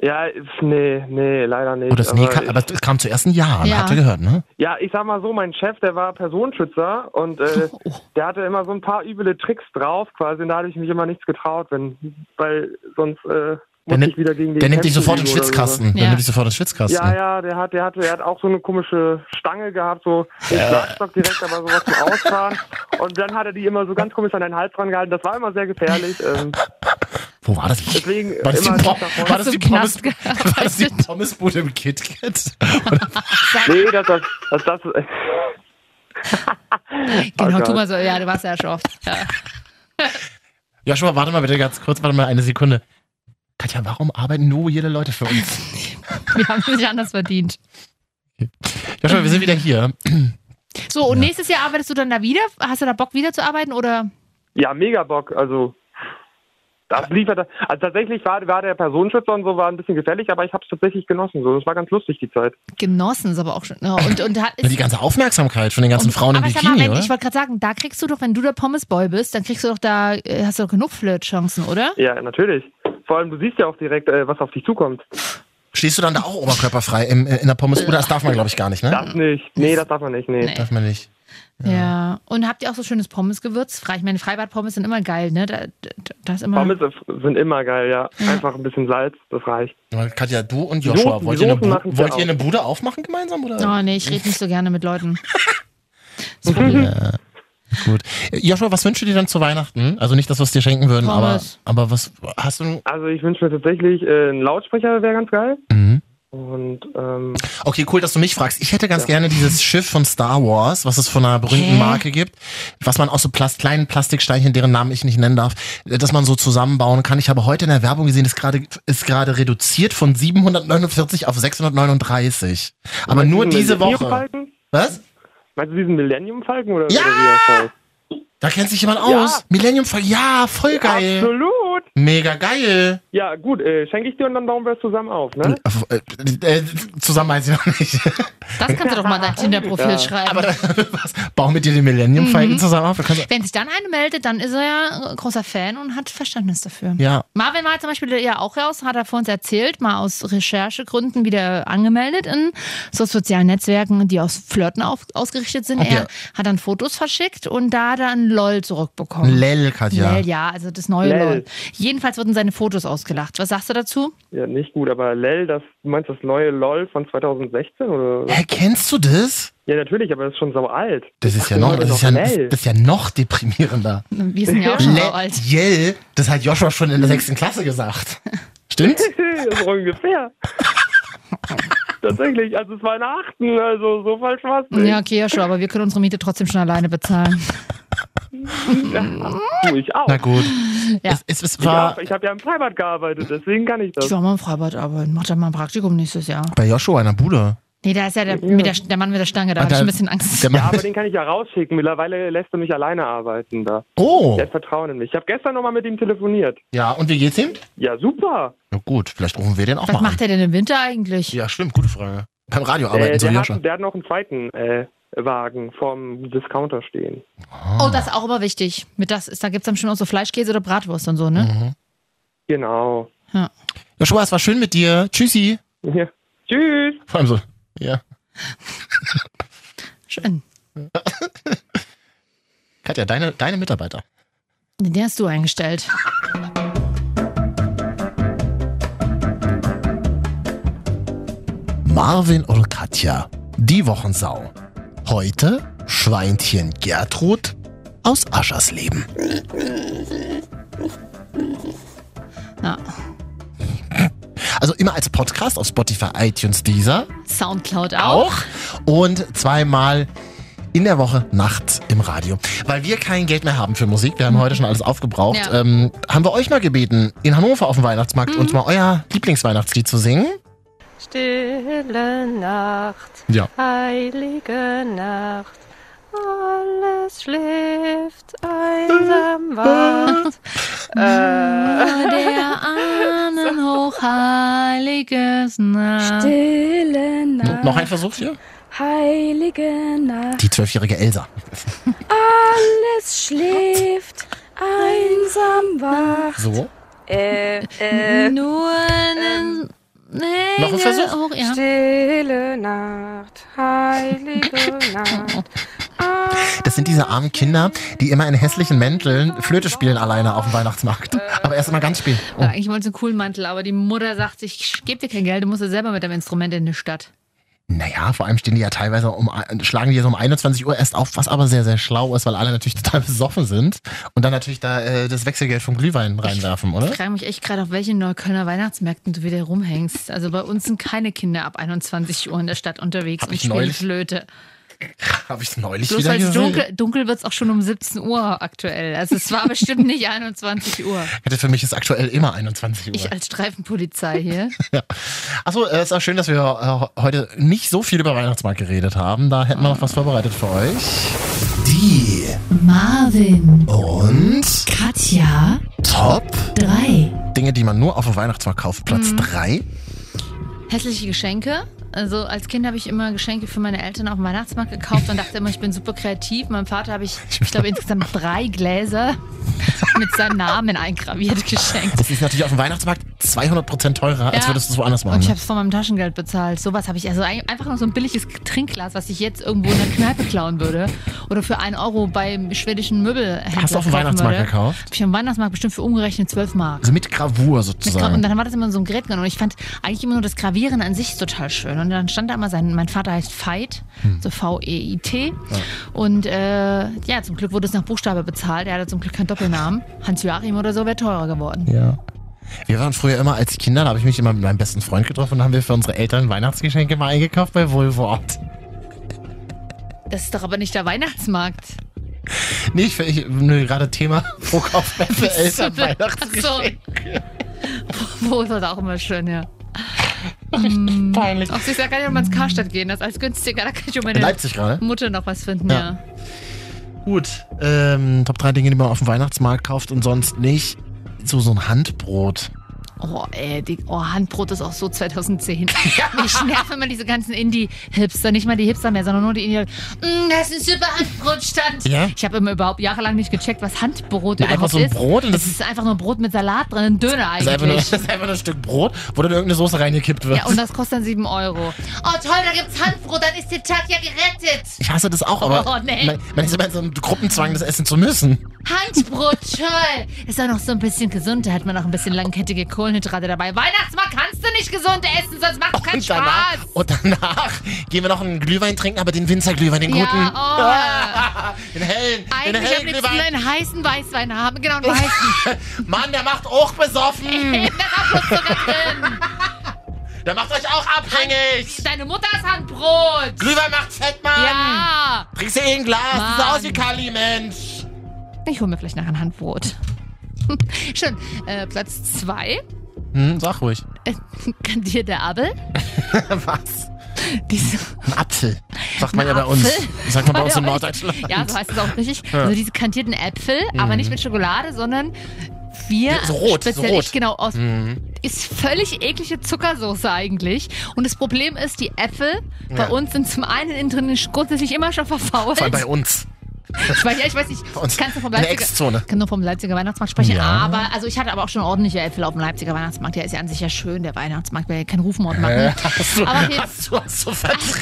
Speaker 3: Ja, ist- nee, nee, leider nicht.
Speaker 1: Oder Oh, das, nee,
Speaker 3: Aber
Speaker 1: kam,
Speaker 3: ich-
Speaker 1: aber es kam zuerst ein Ja,
Speaker 2: Ja.
Speaker 1: habt ihr gehört, ne?
Speaker 3: ja, ich sag mal so, mein Chef, der war Personenschützer und äh,
Speaker 2: Oh.
Speaker 3: der hatte immer so ein paar üble Tricks drauf quasi und da hatte ich mich immer nichts getraut, wenn, weil sonst äh,
Speaker 1: Der
Speaker 3: muss
Speaker 1: nimmt-
Speaker 3: ich wieder gegen den
Speaker 1: Der nimmt dich
Speaker 3: kämpfen
Speaker 1: sofort in den
Speaker 3: oder so.
Speaker 1: Schwitzkasten. ne? Der
Speaker 2: Ja.
Speaker 1: nimmt dich sofort in den Schwitzkasten.
Speaker 3: Ja, ja, der hat, der hat, der hat auch so eine komische Stange gehabt, so ich sag's doch direkt, aber sowas zum Ausfahren. Und dann hat er die immer so ganz komisch an den Hals dran gehalten. Das war immer sehr gefährlich. Ähm,
Speaker 1: Wo war das?
Speaker 3: deswegen
Speaker 1: War das, die
Speaker 3: immer
Speaker 1: Pom-
Speaker 3: nach vorne.
Speaker 1: war das,
Speaker 2: Hast
Speaker 1: die,
Speaker 2: du im
Speaker 1: Pommes
Speaker 2: Knast
Speaker 1: war das die Pommesbude im KitKat?
Speaker 3: Nee, das, das, das, das äh,
Speaker 2: Genau,
Speaker 3: Oh
Speaker 2: tu
Speaker 3: Gott.
Speaker 2: mal so. Ja, du warst ja schon oft. Ja.
Speaker 1: Joshua, warte mal bitte ganz kurz, warte mal eine Sekunde. Katja, warum arbeiten nur jede Leute für uns?
Speaker 2: Wir haben es nicht anders verdient.
Speaker 1: Joshua, wir sind wieder hier.
Speaker 2: So, und nächstes Jahr arbeitest du dann da wieder? Hast du da Bock, wieder zu arbeiten? Oder?
Speaker 3: Ja, mega Bock. Also, das liefert. Also, tatsächlich war, war der Personenschützer und so war ein bisschen gefährlich, aber ich habe es tatsächlich genossen. So, das war ganz lustig, die Zeit.
Speaker 2: Genossen ist aber auch schon. Ja, Und, und hat,
Speaker 1: Ja, Die ganze Aufmerksamkeit von den ganzen
Speaker 2: und,
Speaker 1: Frauen im
Speaker 2: aber
Speaker 1: Bikini,
Speaker 2: sag mal, wenn,
Speaker 1: oder?
Speaker 2: ich wollte gerade sagen, da kriegst du doch, wenn du der Pommesboy bist, dann kriegst du doch da, äh, hast du doch genug Flirtchancen, oder?
Speaker 3: Ja, natürlich. Vor allem, du siehst ja auch direkt, äh, was auf dich zukommt.
Speaker 1: Stehst du dann da auch oberkörperfrei im, äh, in der Pommes? Oder das darf man, glaube ich, gar nicht, ne?
Speaker 3: Das nicht. Nee, das darf man nicht. Nee.
Speaker 1: Darf man nicht.
Speaker 2: Ja. Und habt ihr auch so schönes Pommesgewürz? Frei, ich meine, Freibad-Pommes sind immer geil, ne? Da, da, da ist immer.
Speaker 3: Pommes sind immer geil, ja. Einfach ein bisschen Salz, das reicht.
Speaker 1: Weil, Katja, du und
Speaker 3: Die
Speaker 1: Joshua,
Speaker 3: Soßen-
Speaker 1: wollt,
Speaker 3: die
Speaker 1: ihr eine,
Speaker 3: Soßen machen's
Speaker 1: Bu wollt
Speaker 3: ja
Speaker 1: ihr eine
Speaker 3: auch.
Speaker 1: Bude aufmachen gemeinsam? Oder?
Speaker 2: Oh nee, ich rede nicht so gerne mit Leuten. Das Problem.
Speaker 1: Gut. Äh, Joshua, was wünschst du dir dann zu Weihnachten? Also nicht das, was dir schenken würden, aber,
Speaker 2: Hm? Pommes.
Speaker 1: aber was hast du.
Speaker 3: Also, ich wünsche mir tatsächlich äh, einen Lautsprecher, wäre ganz geil.
Speaker 1: Mhm.
Speaker 3: Und ähm,
Speaker 1: Okay, cool, dass du mich fragst. Ich hätte ganz gerne dieses Schiff von Star Wars, was es von einer berühmten
Speaker 2: Hä?
Speaker 1: Marke gibt, was man aus so Plast kleinen Plastiksteinchen, deren Namen ich nicht nennen darf, äh, dass man so zusammenbauen kann. Ich habe heute in der Werbung gesehen, ist gerade ist gerade reduziert von 749 auf 639. Aber nur
Speaker 3: diesen
Speaker 1: diese
Speaker 3: Millennium
Speaker 1: Woche.
Speaker 3: Falcon?
Speaker 1: Was?
Speaker 3: Meinst du diesen Millennium Falcon oder,
Speaker 1: Ja!
Speaker 3: oder wie das heißt?
Speaker 1: Da kennt sich jemand aus. Millennium Falcon. Ja, voll geil.
Speaker 3: Absolut.
Speaker 1: Mega geil.
Speaker 3: Ja, gut, äh, schenke ich dir und dann bauen wir es zusammen auf, ne?
Speaker 1: Äh, äh, zusammen weiß ich noch nicht.
Speaker 2: Das kannst du doch mal in dein Tinder-Profil schreiben.
Speaker 1: Aber was? Bau mit dir den Millennium Falcon zusammen auf. Du kannst,
Speaker 2: Wenn sich dann eine meldet, dann ist er ja äh, großer Fan und hat Verständnis dafür.
Speaker 1: ja.
Speaker 2: Marvin war zum Beispiel ja auch raus, hat er vor uns erzählt, mal aus Recherchegründen wieder angemeldet in so sozialen Netzwerken, die aus Flirten auf, ausgerichtet sind.
Speaker 1: Okay.
Speaker 2: Er hat dann Fotos verschickt und da hat er ein LOL zurückbekommen.
Speaker 1: Lel, Katja.
Speaker 2: LOL, ja, also das neue LOL.
Speaker 3: Lel.
Speaker 2: Jedenfalls wurden seine Fotos ausgelacht. Was sagst du dazu?
Speaker 3: Ja, nicht gut, aber Lel, das, du meinst das neue LOL von 2016? Oder?
Speaker 1: Hä, kennst du das?
Speaker 3: Ja, natürlich, aber das ist schon so alt.
Speaker 1: Das ist ja
Speaker 3: Ach,
Speaker 1: noch,
Speaker 3: immer
Speaker 1: das ist ja, das
Speaker 3: Lel.
Speaker 1: ist ja noch deprimierender.
Speaker 2: Wir sind ja auch schon so alt.
Speaker 1: Yell, das hat Joshua schon
Speaker 3: Mhm.
Speaker 1: in der sechsten Klasse gesagt. Stimmt?
Speaker 3: das ist also ungefähr. Tatsächlich, also es war in der achten, also so falsch war's nicht.
Speaker 2: Ja, okay, ja schon, aber wir können unsere Miete trotzdem schon alleine bezahlen.
Speaker 3: Du, ich auch.
Speaker 1: Na gut.
Speaker 2: Ja.
Speaker 1: Es, es, es
Speaker 3: ich
Speaker 1: war
Speaker 3: auch. ich habe ja im Freibad gearbeitet, deswegen kann ich
Speaker 2: Ich
Speaker 3: das.
Speaker 2: war mal im Freibad arbeiten, mach dann mal ein Praktikum nächstes Jahr.
Speaker 1: bei Joshua in der Bude.
Speaker 2: Nee, da ist ja der, mit der, der Mann mit der Stange, da
Speaker 1: Ah,
Speaker 2: habe ich
Speaker 1: da-
Speaker 2: ein bisschen Angst.
Speaker 1: Der
Speaker 3: Ja,
Speaker 1: Mann,
Speaker 3: aber den kann ich ja rausschicken. Mittlerweile lässt er mich alleine arbeiten da.
Speaker 1: oh,
Speaker 3: Der hat Vertrauen in mich. Ich habe gestern nochmal mit ihm telefoniert.
Speaker 1: ja, und wie geht's ihm?
Speaker 3: Ja, super.
Speaker 1: Na gut, vielleicht rufen wir den auch
Speaker 2: Was
Speaker 1: mal an.
Speaker 2: macht er denn im Winter eigentlich?
Speaker 1: Ja, stimmt, gute Frage. Beim Radio arbeiten,
Speaker 3: Äh,
Speaker 1: so
Speaker 3: der,
Speaker 1: Joshua.
Speaker 3: hat, der hat noch einen zweiten äh, Wagen vom Discounter stehen.
Speaker 1: Hm.
Speaker 2: Oh, das ist auch immer wichtig. Mit das ist, da gibt es dann schon auch so Fleischkäse oder Bratwurst und so, ne?
Speaker 1: Mhm.
Speaker 3: Genau.
Speaker 1: Joshua, es war schön mit dir. Tschüssi.
Speaker 3: Ja. Uhum. Tschüss.
Speaker 1: Vor allem so. Ja.
Speaker 2: Schön.
Speaker 1: Katja, deine, deine Mitarbeiter.
Speaker 2: Den hast du eingestellt.
Speaker 1: Marvin und Katja, die Wochensau. Heute Schweinchen Gertrud aus Aschers Leben.
Speaker 2: Ja.
Speaker 1: Also immer als Podcast auf Spotify, iTunes, Deezer
Speaker 2: Soundcloud auch.
Speaker 1: und zweimal in der Woche nachts im Radio. Weil wir kein Geld mehr haben für Musik, wir haben heute schon alles aufgebraucht,
Speaker 2: Ja. Mhm.
Speaker 1: ähm, haben wir euch mal gebeten, in Hannover auf dem Weihnachtsmarkt uns mal euer Lieblingsweihnachtslied zu singen.
Speaker 6: Stille Nacht,
Speaker 1: Ja.
Speaker 6: heilige Nacht, alles schläft einsam wacht.
Speaker 2: Der Ahnen hochheiliges Nacht.
Speaker 8: Stille
Speaker 1: No-
Speaker 8: Nacht,
Speaker 1: Noch ein Versuch hier?
Speaker 8: heilige Nacht,
Speaker 1: Die zwölfjährige Elsa.
Speaker 8: alles schläft, einsam wacht.
Speaker 1: So.
Speaker 6: Äh, äh,
Speaker 2: Nur ein nee,
Speaker 1: Noch ein Versuch?
Speaker 2: Hoch, ja.
Speaker 6: Stille Nacht, heilige Nacht.
Speaker 1: Das sind diese armen Kinder, die immer in hässlichen Mänteln Flöte spielen alleine auf dem Weihnachtsmarkt. Aber erst immer ganz spät. Oh.
Speaker 2: Ja, Eigentlich wollte sie einen coolen Mantel, aber die Mutter sagt, ich gebe dir kein Geld, du musst ja selber mit deinem Instrument in die Stadt.
Speaker 1: Naja, vor allem stehen die ja teilweise um, schlagen die so um 21 Uhr erst auf, was aber sehr, sehr schlau ist, weil alle natürlich total besoffen sind und dann natürlich da äh, das Wechselgeld vom Glühwein reinwerfen, oder?
Speaker 2: Ich frage mich echt gerade, auf welchen Neuköllner Weihnachtsmärkten du wieder rumhängst. Also bei uns sind keine Kinder ab 21 Uhr in der Stadt unterwegs
Speaker 1: Hab
Speaker 2: und
Speaker 1: ich
Speaker 2: spielen
Speaker 1: neulich
Speaker 2: Flöte.
Speaker 1: Habe ich neulich
Speaker 2: Bloß
Speaker 1: wieder
Speaker 2: weil es
Speaker 1: gesehen.
Speaker 2: dunkel, dunkel wird es auch schon um 17 Uhr aktuell. Also es war bestimmt nicht 21 Uhr.
Speaker 1: Hätte für mich ist aktuell immer 21 Uhr.
Speaker 2: Ich als Streifenpolizei hier.
Speaker 1: Achso, äh, ist auch schön, dass wir äh, heute nicht so viel über Weihnachtsmarkt geredet haben. Da hätten wir noch was vorbereitet für euch. Die
Speaker 9: Marvin,
Speaker 1: und
Speaker 9: Katja,
Speaker 1: Top
Speaker 9: 3.
Speaker 1: Dinge, die man nur auf dem Weihnachtsmarkt kauft. Platz 3.
Speaker 2: Hässliche Geschenke. Also als Kind habe ich immer Geschenke für meine Eltern auf dem Weihnachtsmarkt gekauft und dachte immer, ich bin super kreativ. Meinem Vater habe ich, ich glaube, insgesamt drei Gläser mit seinem Namen eingraviert geschenkt.
Speaker 1: Das ist natürlich auf dem Weihnachtsmarkt 200% teurer, als
Speaker 2: Ja.
Speaker 1: würdest du es woanders machen.
Speaker 2: Und ich
Speaker 1: ne?
Speaker 2: habe es von meinem Taschengeld bezahlt. Sowas habe ich. Also ein- einfach nur so ein billiges Trinkglas, was ich jetzt irgendwo in der Kneipe klauen würde. Oder für einen Euro beim schwedischen Möbelhändler.
Speaker 1: Hast du auf dem
Speaker 2: kaufen
Speaker 1: Weihnachtsmarkt
Speaker 2: würde.
Speaker 1: gekauft?
Speaker 2: Hab ich am Weihnachtsmarkt bestimmt für umgerechnet 12 Mark.
Speaker 1: Also mit Gravur
Speaker 2: Mit Gra- Und
Speaker 1: sozusagen.
Speaker 2: dann war das immer so ein Gerät genommen. Und ich fand eigentlich immer nur das Gravieren an sich total schön. Und dann stand da immer sein, mein Vater heißt Veit,
Speaker 1: Hm.
Speaker 2: so V-E-I-T.
Speaker 1: Ah.
Speaker 2: Und äh, ja, zum Glück wurde es nach Buchstabe bezahlt. Er hatte zum Glück keinen Doppelnamen. Hans Joachim oder so wäre teurer geworden.
Speaker 1: Ja. Wir waren früher immer als Kinder, da habe ich mich immer mit meinem besten Freund getroffen und haben wir für unsere Eltern Weihnachtsgeschenke mal eingekauft bei Wohlwort.
Speaker 2: Das ist doch aber nicht der Weihnachtsmarkt.
Speaker 1: Nee, ich, ich nö, gerade Thema, wo kauft man für Eltern Weihnachtsgeschenke?
Speaker 2: Wo ist das auch immer schön, ja.
Speaker 1: Peinlich.
Speaker 2: Auf sich da kann ich auch mal ins Karstadt gehen, das ist alles günstiger, da kann ich um
Speaker 1: In
Speaker 2: meine
Speaker 1: Leipzig gerade.
Speaker 2: Mutter noch was finden,
Speaker 1: Ja.
Speaker 2: ja.
Speaker 1: Gut, ähm, Top 3 Dinge, die man auf dem Weihnachtsmarkt kauft und sonst nicht. So, so ein Handbrot.
Speaker 2: Oh, ey, die, oh, Handbrot ist auch so 2010. Mich nerven immer diese ganzen Indie-Hipster. Nicht mal die Hipster mehr, sondern nur die Indie. Mm, das ist ein super Handbrotstand.
Speaker 1: Ja.
Speaker 2: Ich habe immer überhaupt jahrelang nicht gecheckt, was Handbrot
Speaker 1: Ja,
Speaker 2: überhaupt
Speaker 1: einfach so ein
Speaker 2: ist.
Speaker 1: Brot und das
Speaker 2: es ist einfach nur Brot mit Salat drin, ein Döner
Speaker 1: Das ist, einfach nur,
Speaker 2: eigentlich.
Speaker 1: das ist einfach nur ein Stück Brot, wo dann irgendeine Soße reingekippt wird.
Speaker 2: Ja, und das kostet dann 7 Euro. Oh toll, da gibt's Handbrot, dann ist der Tag ja gerettet.
Speaker 1: ich hasse das auch, aber
Speaker 2: Oh, nee.
Speaker 1: man, man ist immer in so einem Gruppenzwang, das essen zu müssen.
Speaker 2: Handbrot, toll. Ist auch noch so ein bisschen gesund, da hat man auch ein bisschen langkettige Kohlenhydrate dabei. Weihnachtsmarkt kannst du nicht gesund essen, sonst macht's keinen
Speaker 1: und, danach,
Speaker 2: Spaß.
Speaker 1: und danach gehen wir noch einen Glühwein trinken, aber den Winzerglühwein, den
Speaker 2: Ja,
Speaker 1: guten.
Speaker 2: oh.
Speaker 1: den hellen, den
Speaker 2: Eigentlich am
Speaker 1: hellen
Speaker 2: liebsten
Speaker 1: Glühwein.
Speaker 2: einen heißen Weißwein haben. Genau, einen heißen.
Speaker 1: Mann, der macht auch besoffen.
Speaker 2: Da war Putzzucker drin.
Speaker 1: der macht euch auch abhängig.
Speaker 2: Deine Mutter ist Handbrot.
Speaker 1: Glühwein macht fett, Mann.
Speaker 2: Ja.
Speaker 1: Trinkst du eh ein Glas? Siehst du
Speaker 2: Mann.
Speaker 1: aus wie Kali, Mensch.
Speaker 2: Ich hole mir vielleicht nachher ein Handbrot. Schön. Äh, Platz zwei.
Speaker 1: Hm, sag ruhig.
Speaker 2: Äh, Kann dir der Abel?
Speaker 1: Was?
Speaker 2: Diese
Speaker 1: Ein Apfel. Sagt man ja
Speaker 2: Ein
Speaker 1: bei uns.
Speaker 2: Apfel?
Speaker 1: Sagt man bei uns in
Speaker 2: Ja,
Speaker 1: Norddeutschland.
Speaker 2: Ja, so heißt es auch richtig. Also diese kantierten Äpfel, aber nicht mit Schokolade, sondern wir
Speaker 1: Ja, Mhm. so rot, so
Speaker 2: speziell
Speaker 1: rot. Mhm.
Speaker 2: ich genau aus ist völlig eklige Zuckersoße eigentlich. Und das Problem ist, die Äpfel bei
Speaker 1: Ja.
Speaker 2: uns sind zum einen innen drin grundsätzlich immer schon verfault.
Speaker 1: Vor allem bei uns.
Speaker 2: Ich weiß, ja, ich weiß nicht,
Speaker 1: Bei uns.
Speaker 2: ich kann es nur vom
Speaker 1: In der
Speaker 2: Leipziger,
Speaker 1: Ex-Zone.
Speaker 2: ich kann nur vom Leipziger Weihnachtsmarkt sprechen,
Speaker 1: Ja.
Speaker 2: aber also ich hatte aber auch schon ordentliche Äpfel auf dem Leipziger Weihnachtsmarkt. Der ist ja an sich ja schön, der Weihnachtsmarkt, will ja keinen Rufmord machen.
Speaker 1: Äh, hast du,
Speaker 2: Aber okay.
Speaker 1: hast du, hast du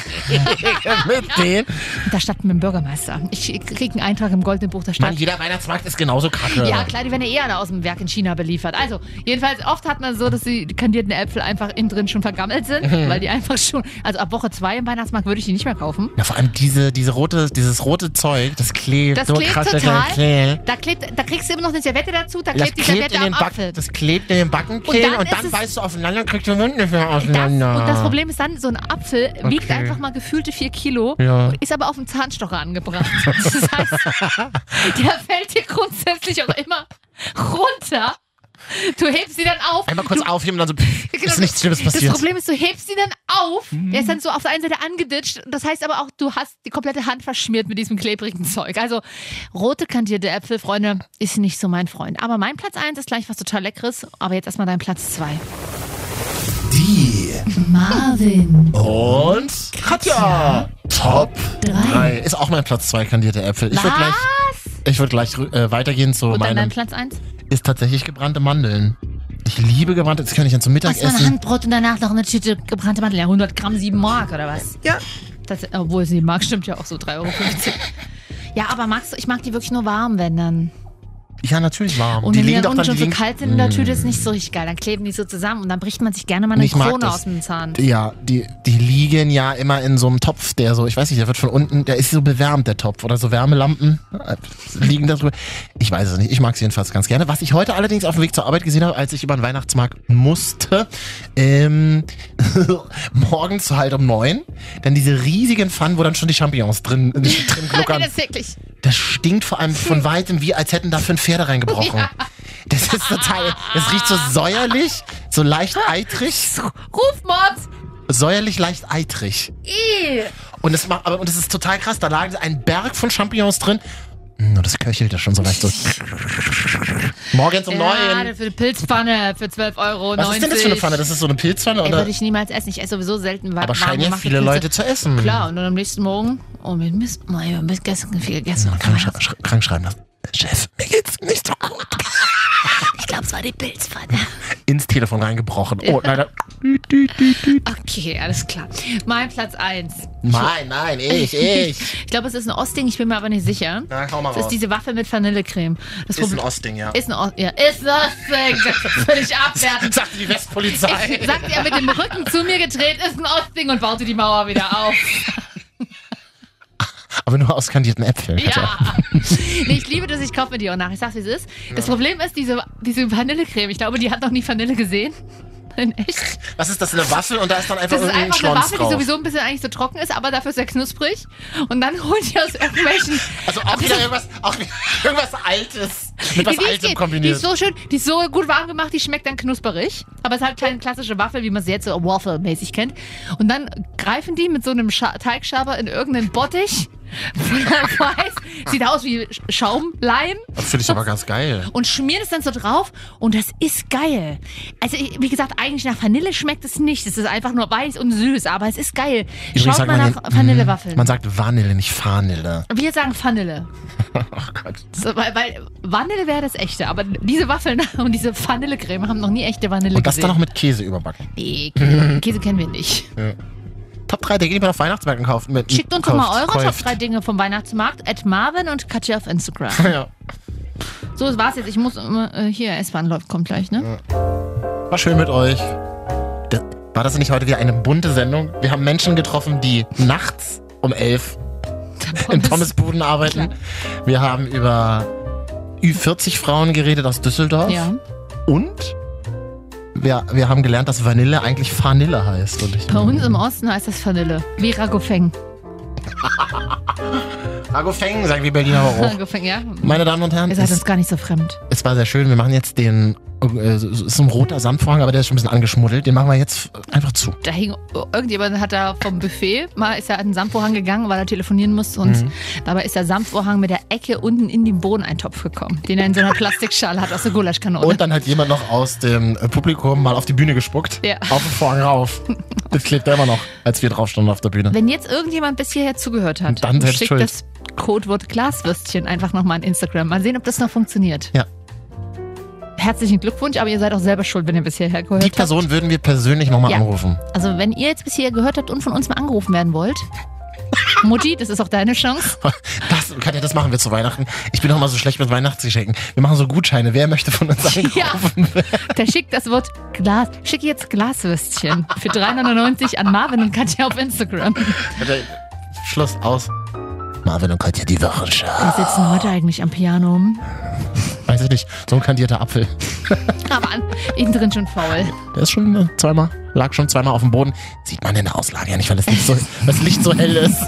Speaker 1: Verträge mit denen?
Speaker 2: Da stand mit dem Bürgermeister. Ich krieg einen Eintrag im Goldenen Buch der Stadt.
Speaker 1: Mann, jeder Weihnachtsmarkt ist genauso kacke.
Speaker 2: Ja, klar, die werden ja eher alle aus dem Werk in China beliefert. Also, jedenfalls oft hat man so, dass die kandierten Äpfel einfach innen drin schon vergammelt sind, weil die einfach schon. Also ab Woche zwei im Weihnachtsmarkt würde ich die nicht mehr kaufen.
Speaker 1: Na, vor allem diese, diese rote, dieses rote Zeug, das klebt
Speaker 2: Das
Speaker 1: so
Speaker 2: klebt
Speaker 1: krass.
Speaker 2: total.
Speaker 1: Das klebt,
Speaker 2: Da, klebt, da kriegst du immer noch eine Servette dazu, da
Speaker 1: das
Speaker 2: klebt die
Speaker 1: klebt
Speaker 2: Servette
Speaker 1: in
Speaker 2: am
Speaker 1: den
Speaker 2: Apfel.
Speaker 1: Backen, das klebt in den Backenkehlen
Speaker 2: dann
Speaker 1: und
Speaker 2: ist
Speaker 1: dann
Speaker 2: es-
Speaker 1: beißt du aufeinander und kriegst den Mund nicht mehr
Speaker 2: Das, und
Speaker 1: auseinander.
Speaker 2: das Problem ist dann, so ein Apfel wiegt
Speaker 1: Okay.
Speaker 2: einfach mal gefühlte 4 Kilo,
Speaker 1: Ja.
Speaker 2: und ist aber auf dem Zahnstocher angebracht. Das heißt, der fällt dir grundsätzlich auch immer runter. Du hebst sie dann auf.
Speaker 1: Einmal kurz
Speaker 2: du,
Speaker 1: aufheben und dann so, pff,
Speaker 2: Genau,
Speaker 1: ist nichts Schlimmes passiert. Mhm.
Speaker 2: Das Problem ist, du hebst ihn dann auf. Der ist dann so auf der einen Seite angeditscht. Das heißt aber auch, du hast die komplette Hand verschmiert mit diesem klebrigen Zeug. Also rote kandierte Äpfel, Freunde, ist nicht so mein Freund. Aber mein Platz 1 ist gleich was total Leckeres. Aber jetzt erstmal dein Platz 2.
Speaker 1: Die
Speaker 9: Marvin,
Speaker 1: und Katja. Top 3. Ist auch mein Platz 2 kandierte Äpfel. Ich würde gleich, ich würd gleich äh, weitergehen zu
Speaker 2: Und dann dein
Speaker 1: meinem.
Speaker 2: Platz 1?
Speaker 1: Ist tatsächlich gebrannte Mandeln. Ich liebe gebrannte, das kann ich dann zum Mittag
Speaker 2: Hast du ein
Speaker 1: essen.
Speaker 2: Handbrot und danach noch eine Tüte gebrannte Mandeln? Ja, 100 Gramm, 7 Mark oder was? Ja. Das, obwohl 7 Mark stimmt ja auch so 3,50 Euro. ja, aber magst du, ich mag die wirklich nur warm, wenn dann.
Speaker 1: Ja, natürlich warm.
Speaker 2: Und
Speaker 1: die
Speaker 2: wenn die
Speaker 1: liegen
Speaker 2: dann
Speaker 1: doch
Speaker 2: unten
Speaker 1: dann
Speaker 2: schon
Speaker 1: die
Speaker 2: so
Speaker 1: liegen,
Speaker 2: kalt sind in der Tüte, ist nicht so richtig geil. Dann kleben die so zusammen und dann bricht man sich gerne mal eine
Speaker 1: Ich mag
Speaker 2: Krone
Speaker 1: das.
Speaker 2: aus dem Zahn.
Speaker 1: Ja, die, die liegen ja immer in so einem Topf, der so, ich weiß nicht, der wird von unten, der ist so bewärmt, der Topf. Oder so Wärmelampen äh, liegen da drüber. Ich weiß es nicht, ich mag es jedenfalls ganz gerne. Was ich heute allerdings auf dem Weg zur Arbeit gesehen habe, als ich über den Weihnachtsmarkt musste, ähm, morgens halt um neun, dann diese riesigen Pfannen, wo dann schon die Champignons drin, drin gluckern.
Speaker 2: Das ist wirklich.
Speaker 1: Das stinkt vor allem von weitem, wie als hätten da fünf Pferde reingebrochen. Das ist total, das riecht so säuerlich, so leicht eitrig.
Speaker 2: Rufmord!
Speaker 1: säuerlich leicht eitrig. Und es macht, aber und es ist total krass. Da lag ein Berg von Champignons drin. Mm, Und das köchelte schon so leicht. So. Morgens um
Speaker 2: Ja,
Speaker 1: neun.
Speaker 2: für eine Pilzpfanne für 12,90 Euro.
Speaker 1: Was ist denn das für eine Pfanne? Das ist so eine Pilzpfanne
Speaker 2: Ey,
Speaker 1: oder?
Speaker 2: würde ich niemals essen. Ich esse sowieso selten wa-
Speaker 1: Aber
Speaker 2: warm
Speaker 1: scheinen ja
Speaker 2: gemachte
Speaker 1: viele
Speaker 2: Pilze.
Speaker 1: Leute zu essen.
Speaker 2: Klar, und dann am nächsten Morgen, oh, wir müssen mal, wir müssen gestern viel gegessen.
Speaker 1: Man kann sch sch krank schreiben lassen. Chef, mir geht's nicht so gut.
Speaker 2: Ich glaube, es war die Pilzpfanne.
Speaker 1: Ins Telefon reingebrochen. Oh, nein, nein.
Speaker 2: Okay, alles klar. Mein Platz 1.
Speaker 1: Nein, nein, ich, ich.
Speaker 2: Ich glaube, es ist ein Ostding, ich bin mir aber nicht sicher.
Speaker 1: Na, hau mal
Speaker 2: Es ist
Speaker 1: raus.
Speaker 2: diese Waffel mit Vanillecreme. Das
Speaker 1: Ist ein
Speaker 2: Problem-
Speaker 1: Ostding, ja.
Speaker 2: Ist ein Ost. Ja, ist ein Ostding. Das ist Völlig abwertend.
Speaker 1: Sagte die Westpolizei.
Speaker 2: Ich sagte, er mit dem Rücken zu mir gedreht ist ein Ostding und baute die Mauer wieder auf.
Speaker 1: aber nur aus kandierten Äpfeln. Alter.
Speaker 2: Ja. nee, ich liebe das, ich kaufe mir die auch nach. Ich sag's, wie es ist. Das Problem ist, diese, diese Vanillecreme, ich glaube, die hat noch nie Vanille gesehen. In echt.
Speaker 1: Was ist das, eine Waffel und da ist dann einfach
Speaker 2: Das ist
Speaker 1: irgendwie ein
Speaker 2: einfach eine
Speaker 1: Schlons
Speaker 2: Waffe, die
Speaker 1: drauf?
Speaker 2: sowieso ein bisschen eigentlich so trocken ist, aber dafür sehr knusprig. Und dann holt ihr aus irgendwelchen.
Speaker 1: Also auch wieder irgendwas, auch wieder irgendwas Altes. Mit was
Speaker 2: die, die,
Speaker 1: Altem
Speaker 2: ich- die
Speaker 1: kombiniert.
Speaker 2: ist so schön, die ist so gut warm gemacht, die schmeckt dann knusperig. Aber es ist halt keine klassische Waffel, wie man sie jetzt so Waffle-mäßig kennt. Und dann greifen die mit so einem Scha Teigschaber in irgendeinen Bottich. Weiß. Sieht aus wie Sch- Schaumleim.
Speaker 1: das finde ich aber ganz geil.
Speaker 2: und schmieren es dann so drauf und das ist geil. Also ich- wie gesagt, eigentlich nach Vanille schmeckt es nicht. Es ist einfach nur weiß und süß, aber es ist geil.
Speaker 1: Übrigens
Speaker 2: Schaut
Speaker 1: sagt
Speaker 2: mal
Speaker 1: man
Speaker 2: nach
Speaker 1: ja-
Speaker 2: Vanillewaffeln.
Speaker 1: Man sagt Vanille, nicht Fahnille.
Speaker 2: Wir sagen Vanille.
Speaker 1: Oh Gott.
Speaker 2: So, weil, weil Vanille wäre das echte, aber diese Waffeln und diese Vanillecreme haben noch nie echte Vanille
Speaker 1: Und das
Speaker 2: gesehen.
Speaker 1: dann noch mit Mhm. Käse überbacken.
Speaker 2: nee, Käse, Käse kennen wir nicht.
Speaker 1: Top 3 Dinge, die man auf Weihnachtsmärkten kauft. Mit,
Speaker 2: Schickt uns doch mal eure Top 3 Dinge vom Weihnachtsmarkt at Marvin und Katja auf Instagram.
Speaker 1: Ja.
Speaker 2: So, das war's jetzt. Ich muss immer, äh, hier, S-Bahn läuft, kommt gleich, ne?
Speaker 1: War schön mit euch. Das, war das nicht heute wieder eine bunte Sendung? Wir haben Menschen getroffen, die nachts um 11 in Pommesbuden arbeiten. Wir haben über Ü40 Frauen geredet aus Düsseldorf.
Speaker 2: Ja.
Speaker 1: Und wir, wir haben gelernt, dass Vanille eigentlich Vanille heißt. Und ich
Speaker 2: Bei uns im Osten heißt das Vanille. Wie Ragofeng.
Speaker 1: Oh. Margot Feng, sagen wir Berliner aber auch.
Speaker 2: Ragofeng, ja.
Speaker 1: Meine Damen und Herren,
Speaker 2: Ihr seid
Speaker 1: es,
Speaker 2: uns gar nicht so fremd.
Speaker 1: es war sehr schön. Wir machen jetzt den. äh, Es ist ein roter Samtvorhang, aber der ist schon ein bisschen angeschmuddelt. Den machen wir jetzt einfach zu.
Speaker 2: Da hing, irgendjemand hat da vom Buffet, mal ist er an den Samtvorhang gegangen, weil er telefonieren musste und
Speaker 1: Mhm.
Speaker 2: dabei ist der Samtvorhang mit der Ecke unten in den Bohneneintopf gekommen, den er in so einer Plastikschale hat aus der Gulaschkanone.
Speaker 1: Und dann hat jemand noch aus dem äh, Publikum mal auf die Bühne gespuckt.
Speaker 2: Ja.
Speaker 1: Auf den Vorhang rauf. Das klebt immer noch, als wir drauf standen auf der Bühne.
Speaker 2: Wenn jetzt irgendjemand bis hierher zugehört hat,
Speaker 1: Dann selbst
Speaker 2: schickt
Speaker 1: schuld.
Speaker 2: das Codewort Glaswürstchen einfach nochmal an Instagram. Mal sehen, ob das noch funktioniert.
Speaker 1: Ja.
Speaker 2: Herzlichen Glückwunsch, aber ihr seid auch selber schuld, wenn ihr bis hierher gehört
Speaker 1: Die
Speaker 2: habt.
Speaker 1: Person würden wir persönlich nochmal
Speaker 2: Ja.
Speaker 1: anrufen.
Speaker 2: Also, wenn ihr jetzt bis hierher gehört habt und von uns mal angerufen werden wollt, Mutti, das ist auch deine Chance.
Speaker 1: Das, Katja, das machen wir zu Weihnachten. Ich bin doch mal so schlecht mit Weihnachtsgeschenken. Wir machen so Gutscheine. Wer möchte von uns anrufen?
Speaker 2: Ja. Der schickt das Wort Glas. Schick jetzt Glaswürstchen für 3,99 an Marvin und Katja auf Instagram.
Speaker 1: Katja, Schluss aus. Marvin und Katja, die Wochenschau.
Speaker 2: Wir sitzen heute eigentlich am Piano.
Speaker 1: Weiß ich nicht. So ein kandierter Apfel.
Speaker 2: Aber an, innen drin schon faul.
Speaker 1: Der ist schon äh, zweimal, lag schon zweimal auf dem Boden. Sieht man in der Auslage ja nicht, weil das Licht so, weil das Licht so hell ist.